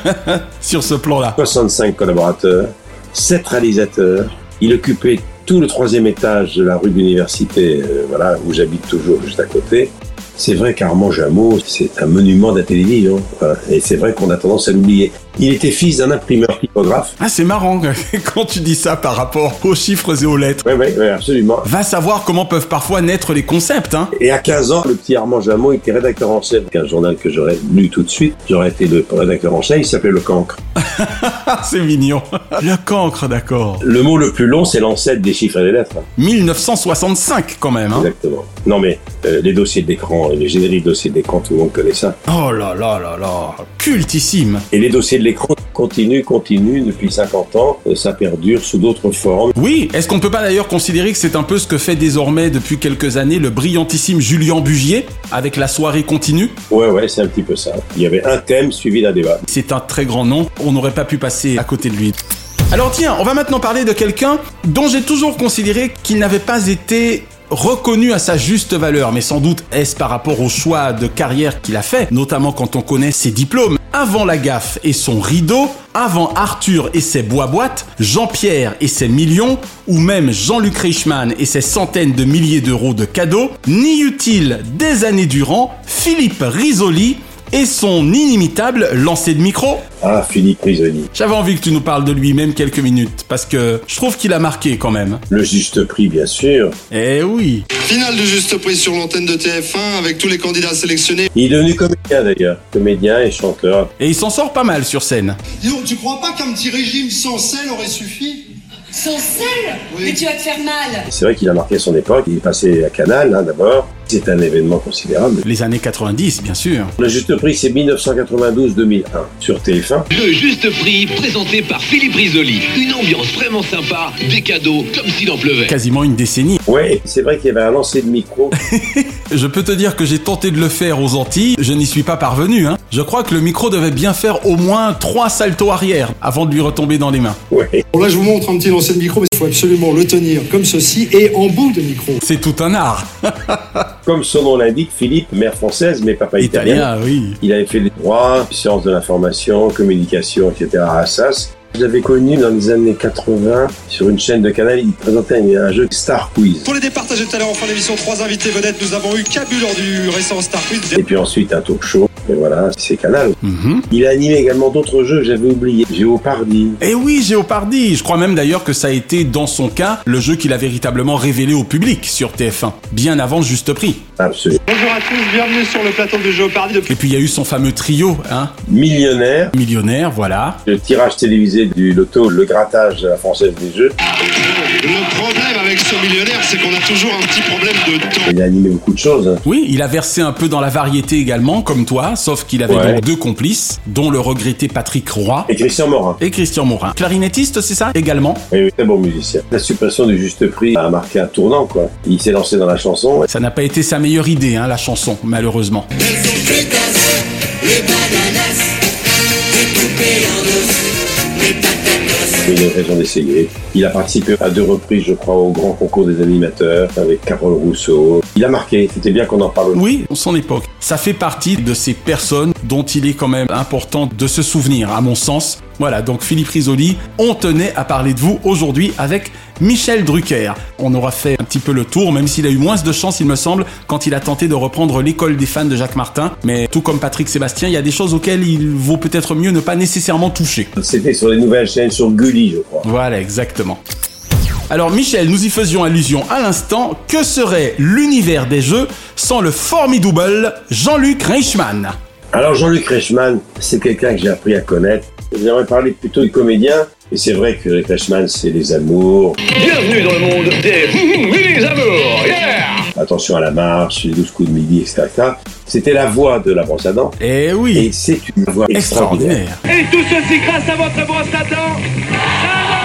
sur ce plan-là.
65 collaborateurs, 7 réalisateurs. Il occupait tout le troisième étage de la rue d'université, euh, voilà, où j'habite toujours, juste à côté. C'est vrai qu'Armand Jameau, c'est un monument de la télévision. Voilà. Et c'est vrai qu'on a tendance à l'oublier. Il était fils d'un imprimeur typographe.
Ah, c'est marrant quand tu dis ça par rapport aux chiffres et aux lettres.
Oui, oui, oui, absolument.
Va savoir comment peuvent parfois naître les concepts, hein.
Et à 15 ans, le petit Armand Jameau était rédacteur en chef d'un journal que j'aurais lu tout de suite. J'aurais été le rédacteur en chef, il s'appelait Le Cancre.
Ah, c'est mignon. Le cancre, d'accord.
Le mot le plus long, c'est l'ancêtre des chiffres et des lettres. hein.
1965 quand même, hein.
Exactement. Non mais, euh, les dossiers d'écran, les génériques dossiers d'écran, tout le monde connaît ça.
Oh là là là là. Cultissime.
Et les dossiers de l'écran continuent, continuent depuis 50 ans. Euh, Ça perdure sous d'autres formes.
Oui, est-ce qu'on peut pas d'ailleurs considérer que c'est un peu ce que fait désormais depuis quelques années le brillantissime Julien Bugier avec la soirée continue
Ouais, ouais, c'est un petit peu ça. Il y avait un thème suivi d'un débat.
C'est un très grand nom, on n'aurait pas pu passer à côté de lui. Alors tiens, on va maintenant parler de quelqu'un dont j'ai toujours considéré qu'il n'avait pas été reconnu à sa juste valeur, mais sans doute est-ce par rapport au choix de carrière qu'il a fait, notamment quand on connaît ses diplômes. Avant la gaffe et son rideau, avant Arthur et ses bois-boîtes, Jean-Pierre et ses millions, ou même Jean-Luc Reichmann et ses centaines de milliers d'euros de cadeaux, n'y eut-il des années durant Philippe Risoli et son inimitable lancer de micro
Ah, Philippe Risoli.
J'avais envie que tu nous parles de lui même quelques minutes, parce que je trouve qu'il a marqué quand même.
Le juste prix, bien sûr.
Eh oui.
Finale du juste prix sur l'antenne de TF1 avec tous les candidats sélectionnés.
Il est devenu comédien d'ailleurs, comédien et chanteur.
Et il s'en sort pas mal sur scène.
Dis donc, tu crois pas qu'un petit régime sans sel aurait suffi
sans sel oui. Mais tu vas te faire mal
C'est vrai qu'il a marqué son époque, il est passé à Canal hein, d'abord. C'est un événement considérable.
Les années 90, bien sûr.
Le juste prix, c'est 1992-2001 sur TF1.
Le juste prix, présenté par Philippe Risoli. Une ambiance vraiment sympa, des cadeaux comme s'il en pleuvait.
Quasiment une décennie.
Ouais, c'est vrai qu'il y avait un lancer de micro.
je peux te dire que j'ai tenté de le faire aux Antilles, je n'y suis pas parvenu. Hein. Je crois que le micro devait bien faire au moins trois saltos arrière avant de lui retomber dans les mains.
Ouais.
Bon, là, je vous montre un petit lancer de micro, mais il faut absolument le tenir comme ceci et en bout de micro.
C'est tout un art.
Comme son nom l'indique, Philippe, mère française, mais papa italien.
italien Ah oui.
Il avait fait des droits, sciences de l'information, communication, etc. à Assas. Je l'avais connu dans les années 80 sur une chaîne de canal. Il présentait un, un jeu Star Quiz.
Pour les départager tout à l'heure en fin d'émission, trois invités vedettes. Nous avons eu Cabu lors du récent Star Quiz.
Et puis ensuite un talk show. Et voilà, c'est Canal. Mm -hmm. Il a animé également d'autres jeux que j'avais oubliés. Géopardy.
Eh oui, Géopardy. Je crois même d'ailleurs que ça a été, dans son cas, le jeu qu'il a véritablement révélé au public sur TF1. Bien avant le juste prix.
Absolument.
Bonjour à tous, bienvenue sur le plateau de Géopardy.
Et puis il y a eu son fameux trio, hein.
Millionnaire.
Millionnaire, voilà.
Le tirage télévisé du loto, le grattage à la française des jeux.
Le problème avec ce millionnaire, c'est qu'on a toujours un petit problème de temps.
Il a animé beaucoup de choses.
Oui, il a versé un peu dans la variété également, comme toi, sauf qu'il avait ouais. donc deux complices, dont le regretté Patrick Roy.
Et Christian Morin.
Et Christian Morin. Clarinettiste, c'est ça également
Oui, oui, très bon musicien. La suppression du juste prix a marqué un tournant, quoi. Il s'est lancé dans la chanson.
Ça n'a pas été sa meilleure idée, hein, la chanson, malheureusement.
Elles sont pétasses, les bananas,
il a eu l'occasion d'essayer. Il a participé à deux reprises, je crois, au grand concours des animateurs avec Carole Rousseau. Il a marqué, c'était bien qu'on en parle.
Oui, son époque. Ça fait partie de ces personnes dont il est quand même important de se souvenir, à mon sens. Voilà, donc Philippe Risoli, on tenait à parler de vous aujourd'hui avec Michel Drucker. On aura fait un petit peu le tour, même s'il a eu moins de chance, il me semble, quand il a tenté de reprendre l'école des fans de Jacques Martin. Mais tout comme Patrick Sébastien, il y a des choses auxquelles il vaut peut-être mieux ne pas nécessairement toucher.
C'était sur les nouvelles chaînes, sur Gulli, je crois.
Voilà, exactement. Alors Michel, nous y faisions allusion à l'instant, que serait l'univers des jeux sans le formidable Jean-Luc Reichmann
Alors Jean-Luc Reichmann, c'est quelqu'un que j'ai appris à connaître. J'aimerais parler plutôt de comédien, et c'est vrai que les Cashman, c'est les amours.
Bienvenue dans le monde des les amours, yeah
Attention à la marche, les 12 coups de midi, etc. C'était la voix de la brosse à dents.
Eh oui
Et c'est une voix extraordinaire.
Et tout ceci grâce à votre brosse à dents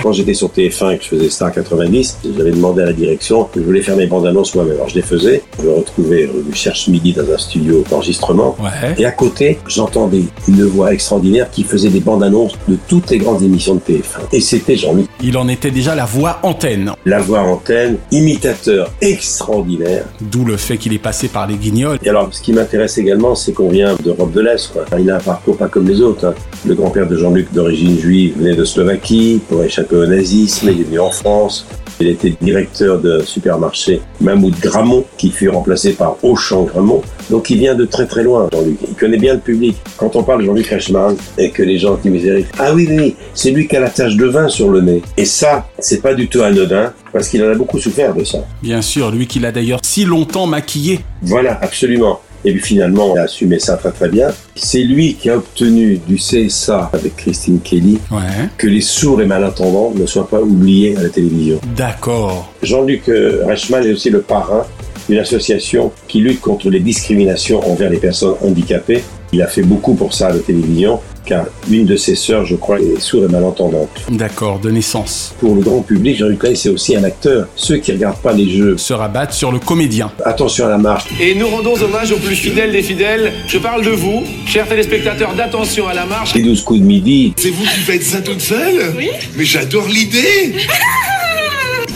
quand j'étais sur TF1 et que je faisais Star 90, j'avais demandé à la direction que je voulais faire mes bandes annonces moi-même. Alors je les faisais. Je me retrouvais rue Cherche Midi dans un studio d'enregistrement.
Ouais.
Et à côté, j'entendais une voix extraordinaire qui faisait des bandes annonces de toutes les grandes émissions de TF1. Et c'était Jean-Luc.
Il en était déjà la voix antenne.
La voix antenne, imitateur extraordinaire.
D'où le fait qu'il est passé par les guignols.
Et alors, ce qui m'intéresse également, c'est qu'on vient d'Europe de l'Est. Il a un parcours pas comme les autres. Hein. Le grand-père de Jean-Luc, d'origine juive, venait de Slovaquie pour échapper au nazisme, il est venu en France. Il était directeur de supermarché Mammouth Gramont, qui fut remplacé par Auchan Gramont. Donc il vient de très très loin, Jean-Luc. Il connaît bien le public. Quand on parle de Jean-Luc Reichmann et que les gens qui miséritent, ah oui, oui, c'est lui qui a la tache de vin sur le nez. Et ça, c'est pas du tout anodin, parce qu'il en a beaucoup souffert de ça.
Bien sûr, lui qui l'a d'ailleurs si longtemps maquillé.
Voilà, absolument. Et puis finalement, il a assumé ça très très bien. C'est lui qui a obtenu du CSA avec Christine Kelly
ouais.
que les sourds et malentendants ne soient pas oubliés à la télévision.
D'accord.
Jean-Luc euh, Reichmann est aussi le parrain d'une association qui lutte contre les discriminations envers les personnes handicapées. Il a fait beaucoup pour ça à la télévision, car une de ses sœurs, je crois, est sourde et malentendante.
D'accord, de naissance.
Pour le grand public, Jean-Luc c'est aussi un acteur. Ceux qui regardent pas les jeux
se rabattent sur le comédien.
Attention à la marche.
Et nous rendons hommage aux plus fidèles des fidèles. Je parle de vous, chers téléspectateurs, d'attention à la marche.
Les 12 coups de midi.
C'est vous qui faites ça toute seule
Oui.
Mais j'adore l'idée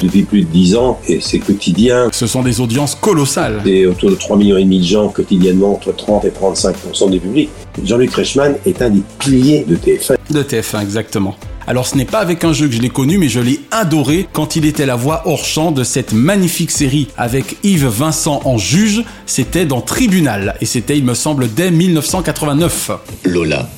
depuis plus de 10 ans et c'est quotidien.
Ce sont des audiences colossales.
C'est autour de 3 millions et demi de gens quotidiennement, entre 30 et 35 du public. Jean-Luc Reichmann est un des piliers de TF1.
De TF1, exactement. Alors ce n'est pas avec un jeu que je l'ai connu, mais je l'ai adoré quand il était la voix hors champ de cette magnifique série avec Yves Vincent en juge. C'était dans Tribunal et c'était, il me semble, dès 1989.
Lola,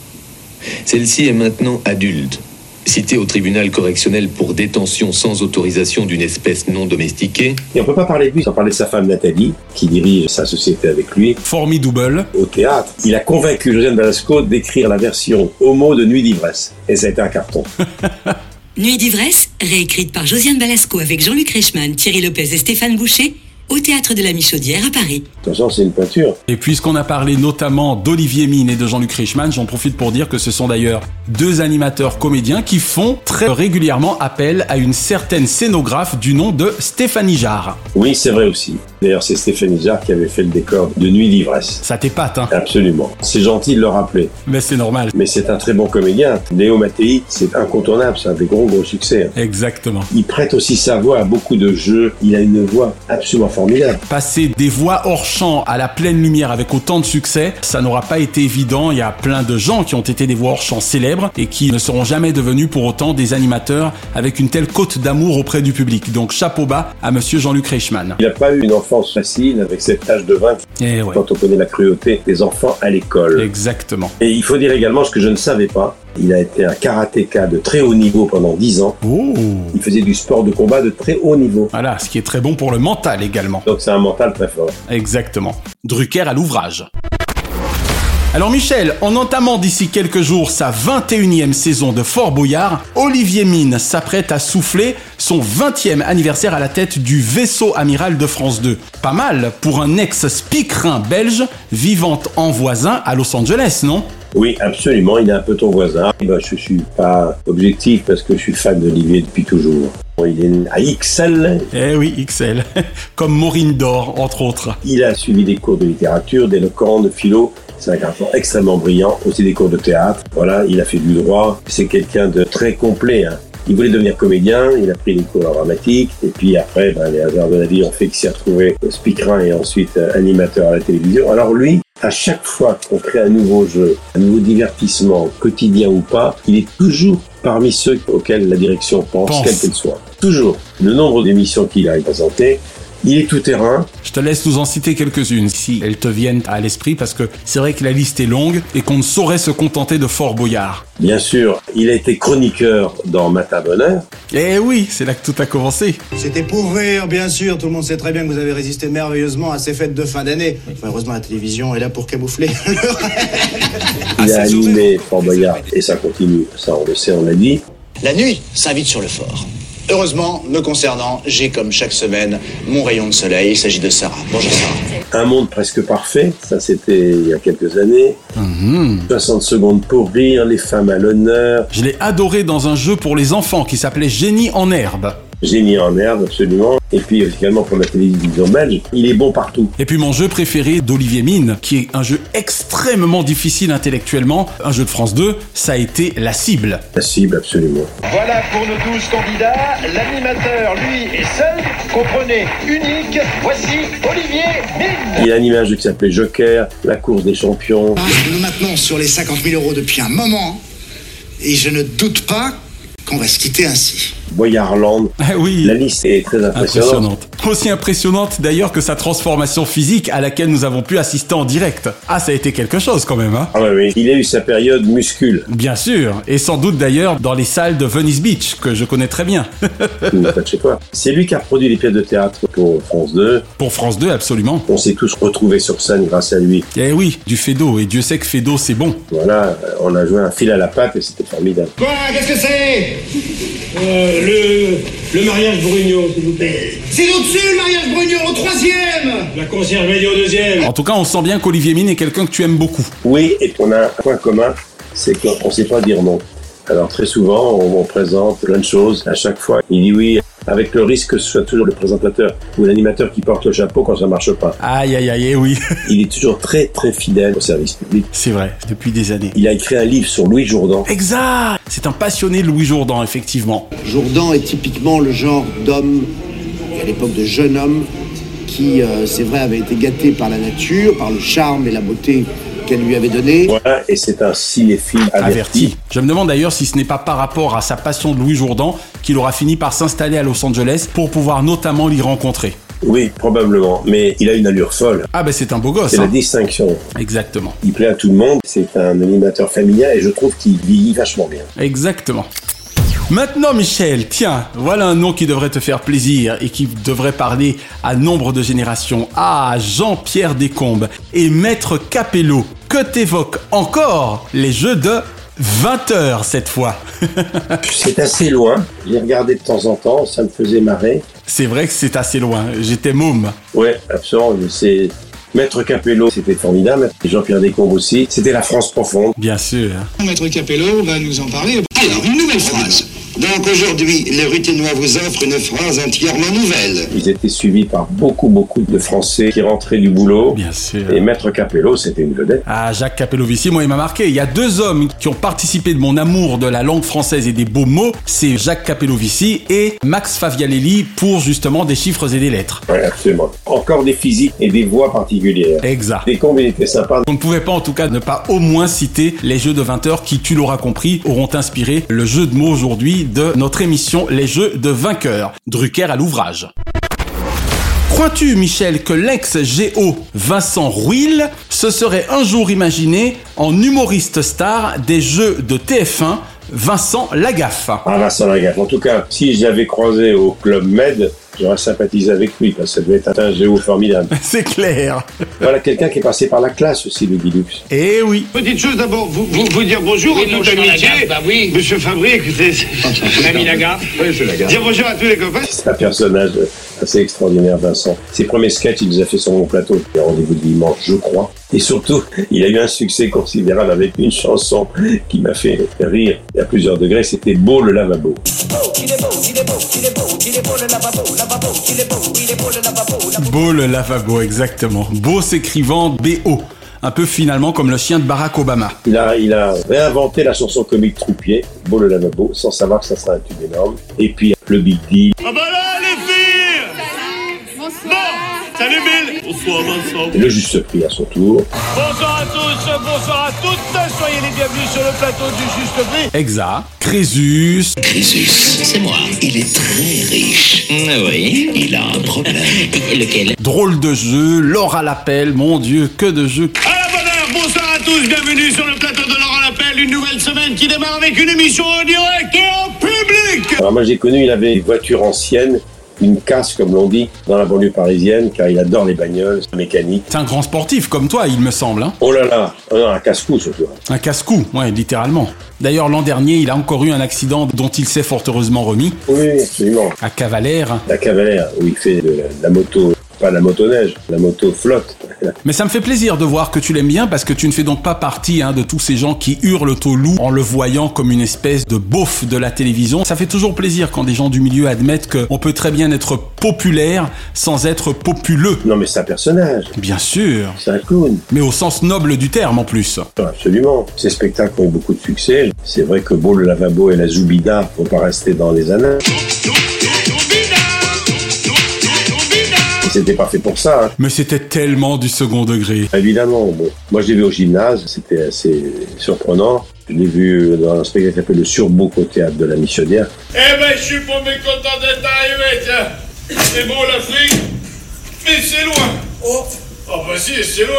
celle-ci est maintenant adulte. Citée au tribunal correctionnel pour détention sans autorisation d'une espèce non domestiquée.
Et on peut pas parler de lui sans parler de sa femme Nathalie, qui dirige sa société avec lui.
Formidable.
Au théâtre, il a convaincu Josiane Balasco d'écrire la version homo de Nuit d'ivresse. Et ça a été un carton.
Nuit d'ivresse, réécrite par Josiane Balasco avec Jean-Luc Reichmann, Thierry Lopez et Stéphane Boucher, au théâtre de la Michaudière à Paris.
De toute façon, c'est une peinture.
Et puisqu'on a parlé notamment d'Olivier Mine et de Jean-Luc Reichmann, j'en profite pour dire que ce sont d'ailleurs deux animateurs comédiens qui font très régulièrement appel à une certaine scénographe du nom de Stéphanie Jarre.
Oui, c'est vrai aussi. D'ailleurs, c'est Stéphanie Jarre qui avait fait le décor de Nuit d'ivresse.
Ça t'épate, hein
Absolument. C'est gentil de le rappeler.
Mais c'est normal.
Mais c'est un très bon comédien. Léo Mattei, c'est incontournable, c'est un des gros gros succès. hein.
Exactement.
Il prête aussi sa voix à beaucoup de jeux. Il a une voix absolument formidable.
Passer des voix hors champ à la pleine lumière avec autant de succès, ça n'aura pas été évident. Il y a plein de gens qui ont été des voix hors champ célèbres et qui ne seront jamais devenus pour autant des animateurs avec une telle cote d'amour auprès du public. Donc chapeau bas à monsieur Jean-Luc Reichmann.
Il n'a pas eu une enfance facile avec cette tâche de vin
Et ouais.
quand on connaît la cruauté des enfants à l'école.
Exactement.
Et il faut dire également ce que je ne savais pas, il a été un karatéka de très haut niveau pendant 10 ans.
Oh.
Il faisait du sport de combat de très haut niveau.
Voilà, ce qui est très bon pour le mental également.
Donc c'est un mental très fort.
Exactement. Drucker à l'ouvrage. Alors Michel, en entamant d'ici quelques jours sa 21e saison de Fort Boyard, Olivier Mine s'apprête à souffler son 20e anniversaire à la tête du vaisseau amiral de France 2. Pas mal pour un ex-speakerin belge vivant en voisin à Los Angeles, non
Oui, absolument, il est un peu ton voisin. Je ben, je suis pas objectif parce que je suis fan d'Olivier depuis toujours. Il est à XL.
Eh oui, XL. Comme Maureen Dor, entre autres.
Il a suivi des cours de littérature, d'éloquence, de philo, c'est un garçon extrêmement brillant, aussi des cours de théâtre. Voilà, il a fait du droit. C'est quelqu'un de très complet. Hein. Il voulait devenir comédien, il a pris des cours dramatiques, et puis après, ben, les hasards de la vie ont fait qu'il s'est retrouvé speakerin et ensuite euh, animateur à la télévision. Alors lui, à chaque fois qu'on crée un nouveau jeu, un nouveau divertissement, quotidien ou pas, il est toujours parmi ceux auxquels la direction pense,
Pense.
quelle qu'elle soit. Toujours. Le nombre d'émissions qu'il a présentées, il est tout terrain,
Je te laisse nous en citer quelques-unes si elles te viennent à l'esprit parce que c'est vrai que la liste est longue et qu'on ne saurait se contenter de Fort Boyard.
bien sûr. Il a été chroniqueur dans Matin Bonheur,
Eh oui, c'est là que tout a commencé.
C'était pour rire, bien sûr. Tout le monde sait très bien que vous avez résisté merveilleusement à ces fêtes de fin d'année. Enfin, heureusement, la télévision est là pour camoufler.
Il a animé Fort Boyard et ça continue, ça on le sait, on l'a dit.
La nuit s'invite sur le fort. Heureusement, me concernant, j'ai comme chaque semaine mon rayon de soleil. Il s'agit de Sarah. Bonjour Sarah.
Un monde presque parfait, ça c'était il y a quelques années.
Mhm.
60 secondes pour rire, les femmes à l'honneur,
Je l'ai adoré dans un jeu pour les enfants qui s'appelait Génie en herbe.
génie en herbe absolument. Et puis également pour la télévision belge, il est bon partout.
Et puis mon jeu préféré d'Olivier Mine, qui est un jeu extrêmement difficile intellectuellement, un jeu de France 2, ça a été La Cible.
La cible absolument.
Voilà pour nos 12 candidats. L'animateur, lui, est seul. Comprenez, unique. Voici Olivier Mine.
Il a animé un jeu qui s'appelait Joker, la course des champions.
Nous maintenons sur les 50 000 euros depuis un moment. Et je ne doute pas qu'on va se quitter ainsi.
Boyarland.
Ah oui.
La liste est très impressionnante.
Impressionnante. Aussi impressionnante d'ailleurs que sa transformation physique à laquelle nous avons pu assister en direct. Ah, ça a été quelque chose quand même, hein
Ah ouais, oui, il a eu sa période muscule.
Bien sûr, et sans doute d'ailleurs dans les salles de Venice Beach, que je connais très bien.
Il n'est pas de chez toi. C'est lui qui a produit les pièces de théâtre pour France 2.
Pour France 2, absolument.
On s'est tous retrouvés sur scène grâce à lui.
Eh oui, du Fedo, et Dieu sait que Fedo c'est bon.
Voilà, euh, on a joué un fil à la patte et c'était formidable.
Quoi Qu'est-ce que c'est
Euh, le, le mariage Brugno, s'il vous plaît.
C'est au-dessus, le mariage Brugnon, au troisième
La conserve au deuxième.
En tout cas, on sent bien qu'Olivier Mine est quelqu'un que tu aimes beaucoup.
Oui, et on a un point commun, c'est qu'on ne sait pas dire non. Alors très souvent, on vous présente plein de choses. À chaque fois, il dit oui, avec le risque que ce soit toujours le présentateur ou l'animateur qui porte le chapeau quand ça marche pas.
Aïe, aïe, aïe, eh oui.
Il est toujours très, très fidèle au service public.
C'est vrai, depuis des années.
Il a écrit un livre sur Louis Jourdan.
Exact C'est un passionné de Louis Jourdan, effectivement.
Jourdan est typiquement le genre d'homme, et à l'époque de jeune homme, qui, euh, c'est vrai, avait été gâté par la nature, par le charme et la beauté qu'elle lui avait donné.
Voilà, et c'est un cinéphile averti.
Averti. Je me demande d'ailleurs si ce n'est pas par rapport à sa passion de Louis Jourdan qu'il aura fini par s'installer à Los Angeles pour pouvoir notamment l'y rencontrer.
Oui, probablement, mais il a une allure folle.
Ah ben c'est un beau gosse.
C'est la
hein.
distinction.
Exactement.
Il plaît à tout le monde, c'est un animateur familial et je trouve qu'il vieillit vachement bien.
Exactement. Maintenant, Michel, tiens, voilà un nom qui devrait te faire plaisir et qui devrait parler à nombre de générations. Ah, Jean-Pierre Descombes et Maître Capello, que t'évoquent encore les jeux de 20 heures cette fois.
C'est assez loin, j'ai regardé de temps en temps, ça me faisait marrer.
c'est vrai que c'est assez loin, j'étais môme.
Ouais, absolument, mais c'est... Maître Capello, c'était formidable. Et Jean-Pierre Descombes aussi. C'était la France profonde.
Bien sûr.
Maître Capello va nous en parler. Alors, une nouvelle phrase. Donc aujourd'hui, les Ruthénois vous offrent une phrase entièrement nouvelle.
Ils étaient suivis par beaucoup, beaucoup de Français qui rentraient du boulot.
Bien sûr.
Et Maître Capello, c'était une vedette.
Ah, Jacques Capellovici, moi, il m'a marqué. Il y a deux hommes qui ont participé de mon amour de la langue française et des beaux mots. C'est Jacques Capellovici et Max Favialelli pour justement des chiffres et des lettres.
Ouais, absolument. Encore des physiques et des voix particulières.
Exact.
Descombes, il était sympa.
On ne pouvait pas en tout cas ne pas au moins citer les jeux de 20 heures qui, tu l'auras compris, auront inspiré le jeu de mots aujourd'hui de notre émission Les jeux de vainqueurs. Drucker à l'ouvrage. Crois-tu, Michel, que l'ex-GO Vincent Ruil se serait un jour imaginé en humoriste star des jeux de TF1 Vincent Lagaffe
Ah, Vincent Lagaffe. En tout cas, si je l'avais croisé au Club Med, j'aurais sympathisé avec lui, parce que ça devait être un géo formidable.
C'est clair.
voilà quelqu'un qui est passé par la classe aussi, le Guilux.
Eh oui.
Petite chose d'abord, vous, vous, vous dire bonjour
Oui,
en toute
bonjour,
amitié.
Lagarde, bah oui.
Monsieur Fabry, écoutez,
Ah,
c'est-
L'ami Lagarde.
Oui, monsieur Lagarde. Dire bonjour à tous les copains.
C'est un personnage assez extraordinaire, Vincent. Ses premiers sketchs, il les a fait sur mon plateau, le rendez-vous de dimanche, je crois. Et surtout, il a eu un succès considérable avec une chanson qui m'a fait rire à plusieurs degrés. C'était Beau le lavabo.
Beau le lavabo, exactement. Beau s'écrivant B.O. Un peu finalement comme le chien de Barack Obama.
Il a, il a réinventé la chanson comique Troupier, Beau le lavabo, sans savoir que ça sera un tube énorme. Et puis, le Big Deal.
Ah bah là, les filles Bonsoir Salut Bill Bonsoir Vincent
Le juste prix à son tour.
Bonsoir à tous, bonsoir à toutes, soyez les bienvenus sur le plateau du Juste Prix
Exa, Crésus.
Crésus, c'est moi. Il est très riche. Oui, il a un problème. Lequel
Drôle de jeu, l'or à l'appel, mon dieu, que de jeux.
À la bonne heure, bonsoir à tous, bienvenue sur le plateau de Laurent Lappel, une nouvelle semaine qui démarre avec une émission en direct et en public
Alors moi j'ai connu, il avait une voiture ancienne, une casse comme l'on dit, dans la banlieue parisienne, car il adore les bagnoles, la mécanique.
C'est un grand sportif comme toi, il me semble. hein.
Oh là là, oh là, un casse-cou surtout.
Un casse-cou, ouais, littéralement. D'ailleurs, l'an dernier, il a encore eu un accident dont il s'est fort heureusement remis.
Oui, oui, absolument.
À Cavalère.
La cavalière, où il fait de la, de la moto, pas la motoneige, la moto flotte.
Mais ça me fait plaisir de voir que tu l'aimes bien parce que tu ne fais donc pas partie hein, de tous ces gens qui hurlent au loup en le voyant comme une espèce de beauf de la télévision. Ça fait toujours plaisir quand des gens du milieu admettent qu'on peut très bien être populaire sans être populeux.
Non mais c'est un personnage,
Bien sûr.
c'est un clown.
Mais au sens noble du terme en plus.
Absolument. Ces spectacles ont eu beaucoup de succès. C'est vrai que Beau le lavabo et la Zoubida vont pas rester dans les annales. C'était pas fait pour ça, hein.
Mais c'était tellement du second degré.
Évidemment, bon. Moi, je l'ai vu au gymnase, c'était assez surprenant. Je l'ai vu dans un spectacle qui s'appelle Le Surbook au théâtre de la Missionnaire.
Eh ben, je suis pas mécontent d'être arrivé, tiens. C'est beau l'Afrique, mais c'est loin. Oh, oh bah si, c'est loin.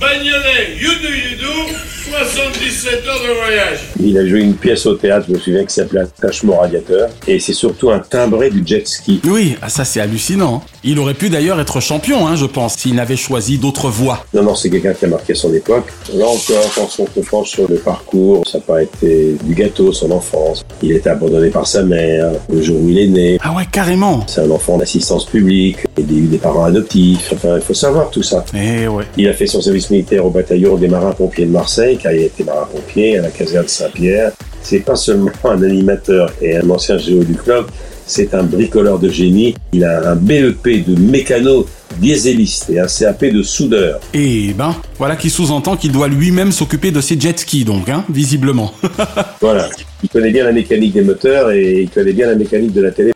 Bagnolet, youdou youdou, 77 heures de voyage.
Il a joué une pièce au théâtre, je me souviens, qui s'appelait Attachement radiateur. Et c'est surtout un timbré du jet ski.
Oui, ah, ça c'est hallucinant. Il aurait pu d'ailleurs être champion, hein, je pense, s'il n'avait choisi d'autres voies.
Non, non, c'est quelqu'un qui a marqué son époque. Là encore, quand on se penche sur le parcours, ça n'a pas été du gâteau, son enfance. Il était abandonné par sa mère, le jour où il est né.
Ah ouais, carrément.
C'est un enfant d'assistance publique, il a eu des parents adoptifs. Enfin, il faut savoir tout ça.
Eh ouais.
Il a fait son service militaire au bataillon des marins-pompiers de Marseille, car il était marin-pompier à la caserne Saint-Pierre. c'est pas seulement un animateur et un ancien géo du club, c'est un bricoleur de génie. Il a un BEP de mécano dieseliste et un CAP de soudeur.
Et ben, voilà qui sous-entend qu'il doit lui-même s'occuper de ses jet skis, donc, hein, visiblement.
Voilà. Il connaît bien la mécanique des moteurs et il connaît bien la mécanique de la télé.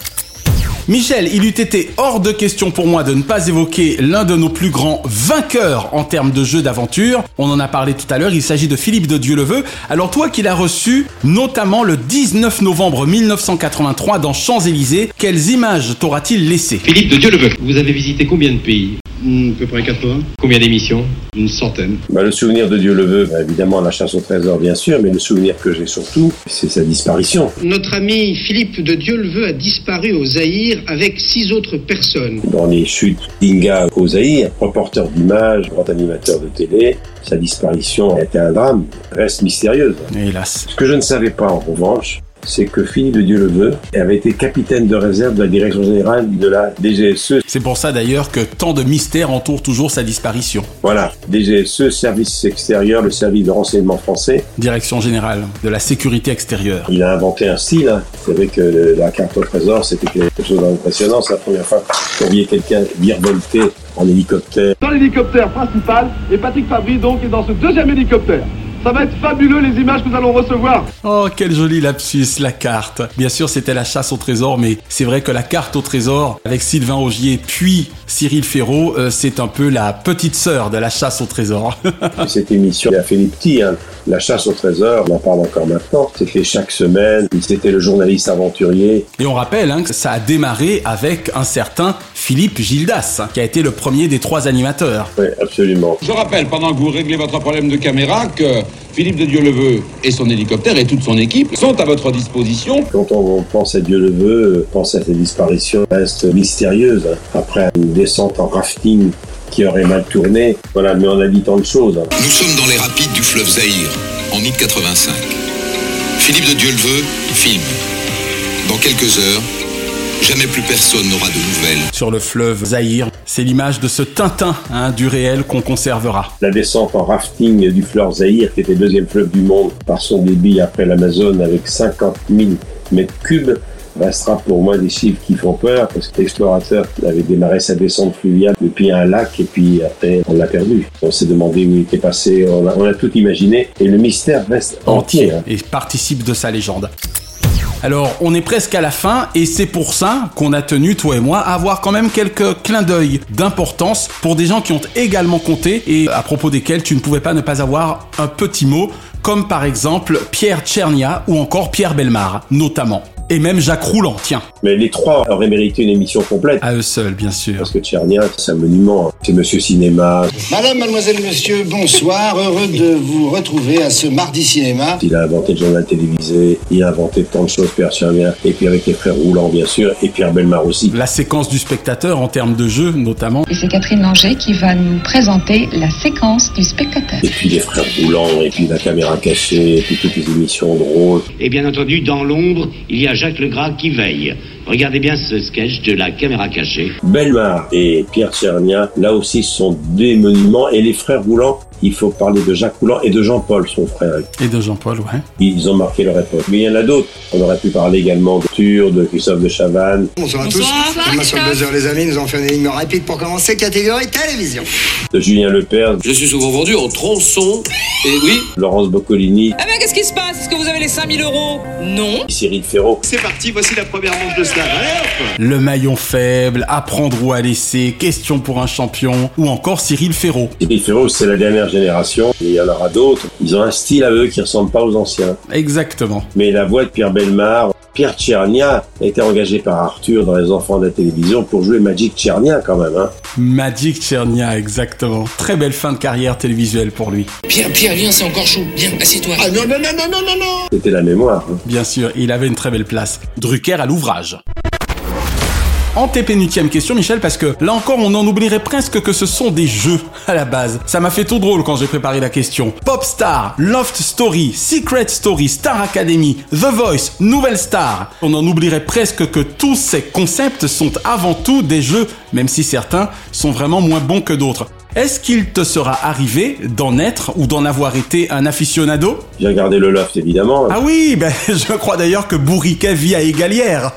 Michel, il eût été hors de question pour moi de ne pas évoquer l'un de nos plus grands vainqueurs en termes de jeux d'aventure. On en a parlé tout à l'heure, il s'agit de Philippe de Dieuleveux. Alors toi qui l'as reçu notamment le 19 novembre 1983 dans Champs-Élysées, quelles images t'aura-t-il laissé
Philippe de Dieu le veut. Vous avez visité combien de pays Hmm, À peu près 80. Combien d'émissions Une centaine.
Bah, le souvenir de Dieu le veut, bah, évidemment la chasse au trésor bien sûr, mais le souvenir que j'ai surtout, c'est sa disparition.
Notre ami Philippe de Dieuleveux a disparu au Zaïre avec six autres personnes.
Dans les chutes d'Inga au Zaïre, reporter d'images, grand animateur de télé, sa disparition a été un drame, reste mystérieuse.
Hélas.
Ce que je ne savais pas en revanche, c'est que Philippe de Dieuleveux avait été capitaine de réserve de la direction générale de la DGSE.
C'est pour ça d'ailleurs que tant de mystères entourent toujours sa disparition.
Voilà, DGSE, E, service extérieur, le service de renseignement français.
Direction générale de la sécurité extérieure.
Il a inventé un style. hein. Vous savez que le- la carte au trésor, c'était quelque chose d'impressionnant. C'est la première fois qu'on voyait quelqu'un virevolter en hélicoptère.
Dans l'hélicoptère principal, et Patrick Fabry donc est dans ce deuxième hélicoptère. Ça va être fabuleux les images que nous allons recevoir.
Oh, quel joli lapsus, la carte. Bien sûr, c'était la chasse au trésor, mais c'est vrai que la carte au trésor, avec Sylvain Augier puis Cyril Ferraud, euh, c'est un peu la petite sœur de la chasse au trésor.
Cette émission a fait les petits, hein. la chasse au trésor, on en parle encore maintenant, c'était chaque semaine, c'était le journaliste aventurier,
Et on rappelle hein, que ça a démarré avec un certain Philippe Gildas, hein, qui a été le premier des trois animateurs.
oui, absolument.
Je rappelle, pendant que vous réglez votre problème de caméra, que Philippe de Dieuleveux et son hélicoptère et toute son équipe sont à votre disposition.
Quand on pense à Dieu le veut, euh, pense à cette disparition reste mystérieuse. hein. Après une descente en rafting qui aurait mal tourné, voilà, mais on a dit tant de choses. hein.
Nous sommes dans les rapides du fleuve Zaïre, en août 85. Philippe de Dieuleveux filme. Dans quelques heures, jamais plus personne n'aura de nouvelles.
Sur le fleuve Zaïre, c'est l'image de ce Tintin hein, du réel qu'on conservera.
La descente en rafting du fleuve Zaïre, qui était le deuxième fleuve du monde par son débit après l'Amazone avec 50 000 mètres cubes, restera pour moi des chiffres qui font peur parce que l'explorateur avait démarré sa descente fluviale depuis un lac et puis après on l'a perdu. On s'est demandé où il était passé, on a, on a tout imaginé et le mystère reste entier. hein.
et participe de sa légende. Alors, on est presque à la fin et c'est pour ça qu'on a tenu, toi et moi, à avoir quand même quelques clins d'œil d'importance pour des gens qui ont également compté et à propos desquels tu ne pouvais pas ne pas avoir un petit mot, comme par exemple Pierre Tchernia ou encore Pierre Belmar, notamment. Et même Jacques Roulant, tiens,
Mais les trois auraient mérité une émission complète.
à eux seuls, bien sûr.
Parce que Tchernia, c'est un monument. hein. C'est Monsieur Cinéma.
Madame, mademoiselle, monsieur, bonsoir. Heureux de vous retrouver à ce mardi cinéma.
Il a inventé le journal télévisé. Il a inventé tant de choses, Pierre Tchernia. Et puis avec les frères Roulants, bien sûr. Et Pierre Belmar aussi.
La séquence du spectateur en termes de jeu, notamment.
Et c'est Catherine Langer qui va nous présenter la séquence du spectateur.
Et puis les frères Roulants. Et puis la caméra cachée. Et puis toutes les émissions drôles.
Et bien entendu, dans l'ombre, il y a Jacques Legras qui veille. Regardez bien ce sketch de la caméra cachée.
Belmar et Pierre Tchernia, là aussi, ce sont des monuments. Et les frères Roulants, il faut parler de Jacques Roulant et de Jean-Paul, son frère.
Et de Jean-Paul, ouais.
Ils ont marqué leur époque. Mais il y en a d'autres. On aurait pu parler également de Tur, de Christophe de Chavannes.
Bonsoir à tous. Bonsoir, Buzzer, les amis, nous avons fait une ligne rapide pour commencer. Catégorie télévision.
de Julien Lepers,
Je suis souvent vendu en tronçon. Et oui,
Laurence Boccolini,
Ah ben qu'est-ce qui se passe Est-ce que vous avez les 5000 euros Non.
Cyril Ferraud.
C'est parti, voici la première manche de cela.
Le maillon faible, apprendre où à laisser, question pour un champion, ou encore Cyril Ferraud.
Cyril Ferraud, c'est la dernière génération, et il y en aura d'autres. Ils ont un style à eux qui ressemble pas aux anciens.
Exactement.
Mais la voix de Pierre Belmar, Pierre Tchernia a été engagé par Arthur dans Les Enfants de la Télévision pour jouer Magic Tchernia quand même. Hein.
Magic Tchernia, exactement. Très belle fin de carrière télévisuelle pour lui.
Pierre, Pierre, viens, c'est encore chaud. Viens, assieds-toi. Ah non, non, non, non, non, non, non
C'était la mémoire. hein.
Bien sûr, il avait une très belle place. Drucker à l'ouvrage. Antépénultième question, Michel, parce que là encore, on en oublierait presque que ce sont des jeux à la base. Ça m'a fait tout drôle quand j'ai préparé la question. Popstar, Loft Story, Secret Story, Star Academy, The Voice, Nouvelle Star. On en oublierait presque que tous ces concepts sont avant tout des jeux, même si certains sont vraiment moins bons que d'autres. Est-ce qu'il te sera arrivé d'en être ou d'en avoir été un aficionado
J'ai regardé le loft, évidemment.
Ah oui, ben, je crois d'ailleurs que Bourriquet vit à Égalière.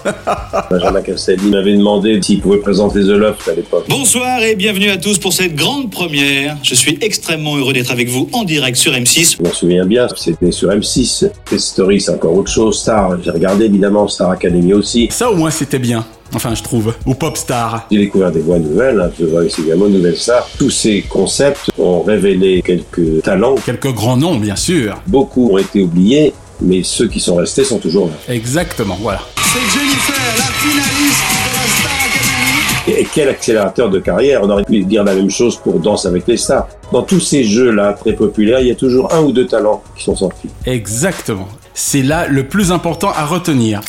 Benjamin Castaldi m'avait demandé s'il pouvait présenter The Loft à l'époque.
Bonsoir et bienvenue à tous pour cette grande première. Je suis extrêmement heureux d'être avec vous en direct sur M6.
Je m'en souviens bien, c'était sur M6. Pet Story, c'est encore autre chose. Star, j'ai regardé évidemment Star Academy aussi.
Ça au moins c'était bien. Enfin, je trouve. Ou Popstar.
J'ai découvert des voix nouvelles, hein, The Voice également, Nouvelle Star. Tous ces concepts ont révélé quelques talents.
Quelques grands noms, bien sûr.
Beaucoup ont été oubliés, mais ceux qui sont restés sont toujours là.
Exactement, voilà.
C'est Jennifer, la finaliste de la Star Academy.
Et quel accélérateur de carrière On aurait pu dire la même chose pour Danse avec les stars. Dans tous ces jeux-là, très populaires, il y a toujours un ou deux talents qui sont sortis.
Exactement. C'est là le plus important à retenir.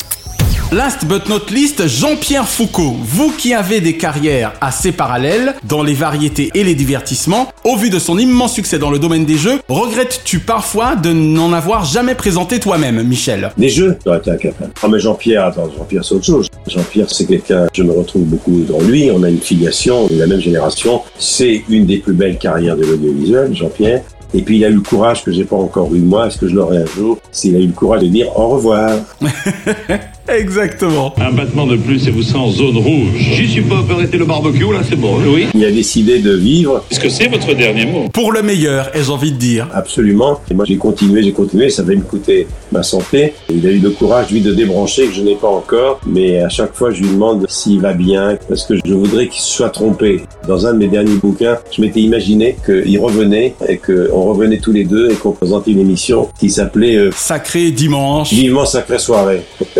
Last but not least, Jean-Pierre Foucault. Vous qui avez des carrières assez parallèles dans les variétés et les divertissements, au vu de son immense succès dans le domaine des jeux, regrettes-tu parfois de n'en avoir jamais présenté toi-même, Michel
Des jeux, j'aurais été incapable. Ah, mais Jean-Pierre, attends, Jean-Pierre, c'est autre chose. Jean-Pierre, c'est quelqu'un, je me retrouve beaucoup dans lui. On a une filiation, on est de la même génération. C'est une des plus belles carrières de l'audiovisuel, Jean-Pierre. Et puis il a eu le courage que j'ai pas encore eu moi, est-ce que je l'aurai un jour S'il a eu le courage de dire au revoir.
Exactement.
Un battement de plus et vous sent en zone rouge. J'y suis pas, pour arrêter le barbecue, là, c'est bon. hein. Oui.
Il a décidé de vivre.
Est-ce que c'est votre dernier mot
Pour le meilleur, ai-je envie de dire.
Absolument. Et moi j'ai continué, j'ai continué, ça va me coûter ma santé. Et il a eu le courage lui de débrancher que je n'ai pas encore, mais à chaque fois je lui demande s'il va bien parce que je voudrais qu'il se soit trompé. Dans un de mes derniers bouquins, je m'étais imaginé qu'il revenait et que on revenait tous les deux et qu'on présentait une émission qui s'appelait euh,
Sacré Dimanche.
Vivement Sacré Soirée.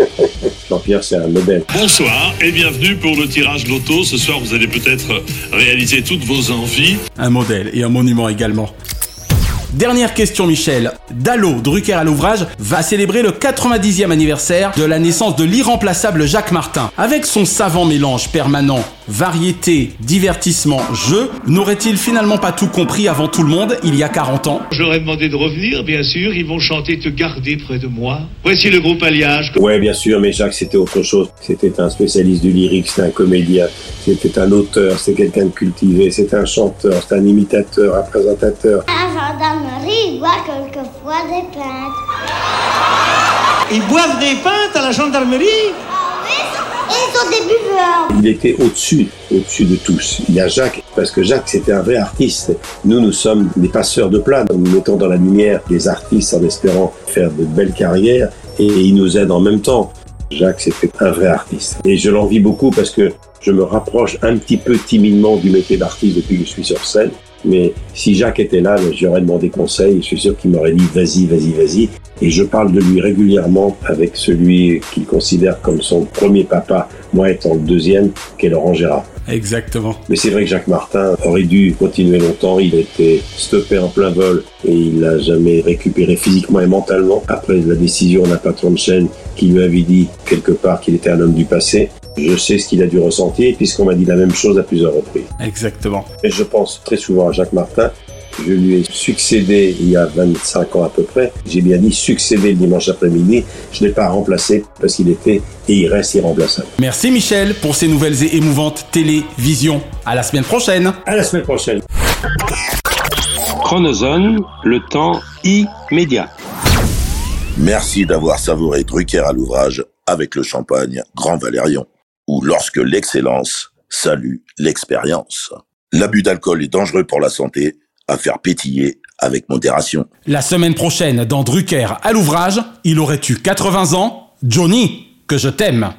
Jean-Pierre, c'est un modèle.
Bonsoir et bienvenue pour le tirage loto. Ce soir, vous allez peut-être réaliser toutes vos envies.
Un modèle et un monument également. Dernière question, Michel. Dallot, Drucker à l'ouvrage, va célébrer le 90e anniversaire de la naissance de l'irremplaçable Jacques Martin. Avec son savant mélange permanent, variété, divertissement, jeu, n'aurait-il finalement pas tout compris avant tout le monde il y a 40 ans
Je leur ai demandé de revenir, bien sûr. Ils vont chanter Te garder près de moi. Voici le groupe Alliage.
Ouais, bien sûr, mais Jacques, c'était autre chose. C'était un spécialiste du lyrique, c'était un comédien, c'était un auteur, c'était quelqu'un de cultivé, c'était un chanteur, c'était un imitateur, un présentateur.
gendarmerie boit quelquefois des pintes.
Ils boivent des pintes à la gendarmerie
Ils sont des buveurs.
Il était au-dessus, au-dessus de tous. Il y a Jacques, parce que Jacques, c'était un vrai artiste. Nous, nous sommes des passeurs de plats. Nous mettons dans la lumière des artistes en espérant faire de belles carrières et il nous aide en même temps. Jacques, c'était un vrai artiste. Et je l'envie beaucoup parce que je me rapproche un petit peu timidement du métier d'artiste depuis que je suis sur scène. Mais si Jacques était là, j'aurais demandé conseil. Je suis sûr qu'il m'aurait dit vas-y, vas-y, vas-y. Et je parle de lui régulièrement avec celui qu'il considère comme son premier papa, moi étant le deuxième, qui est Laurent Gérard.
Exactement.
Mais c'est vrai que Jacques Martin aurait dû continuer longtemps. Il était stoppé en plein vol et il n'a jamais récupéré physiquement et mentalement après la décision d'un patron de chaîne qui lui avait dit quelque part qu'il était un homme du passé. Je sais ce qu'il a dû ressentir puisqu'on m'a dit la même chose à plusieurs reprises.
Exactement.
Et je pense très souvent à Jacques Martin. Je lui ai succédé il y a 25 ans à peu près. J'ai bien dit succédé le dimanche après-midi. Je ne l'ai pas remplacé parce qu'il était et il reste irremplaçable.
Merci Michel pour ces nouvelles et émouvantes télévisions. À la semaine prochaine.
À la semaine prochaine.
Chronozone, le temps immédiat.
Merci d'avoir savouré Drucker à l'ouvrage avec le champagne Grand Valérion ou lorsque l'excellence salue l'expérience. L'abus d'alcool est dangereux pour la santé, à faire pétiller avec modération.
La semaine prochaine, dans Drucker à l'ouvrage, il aurait eu 80 ans. Johnny, que je t'aime.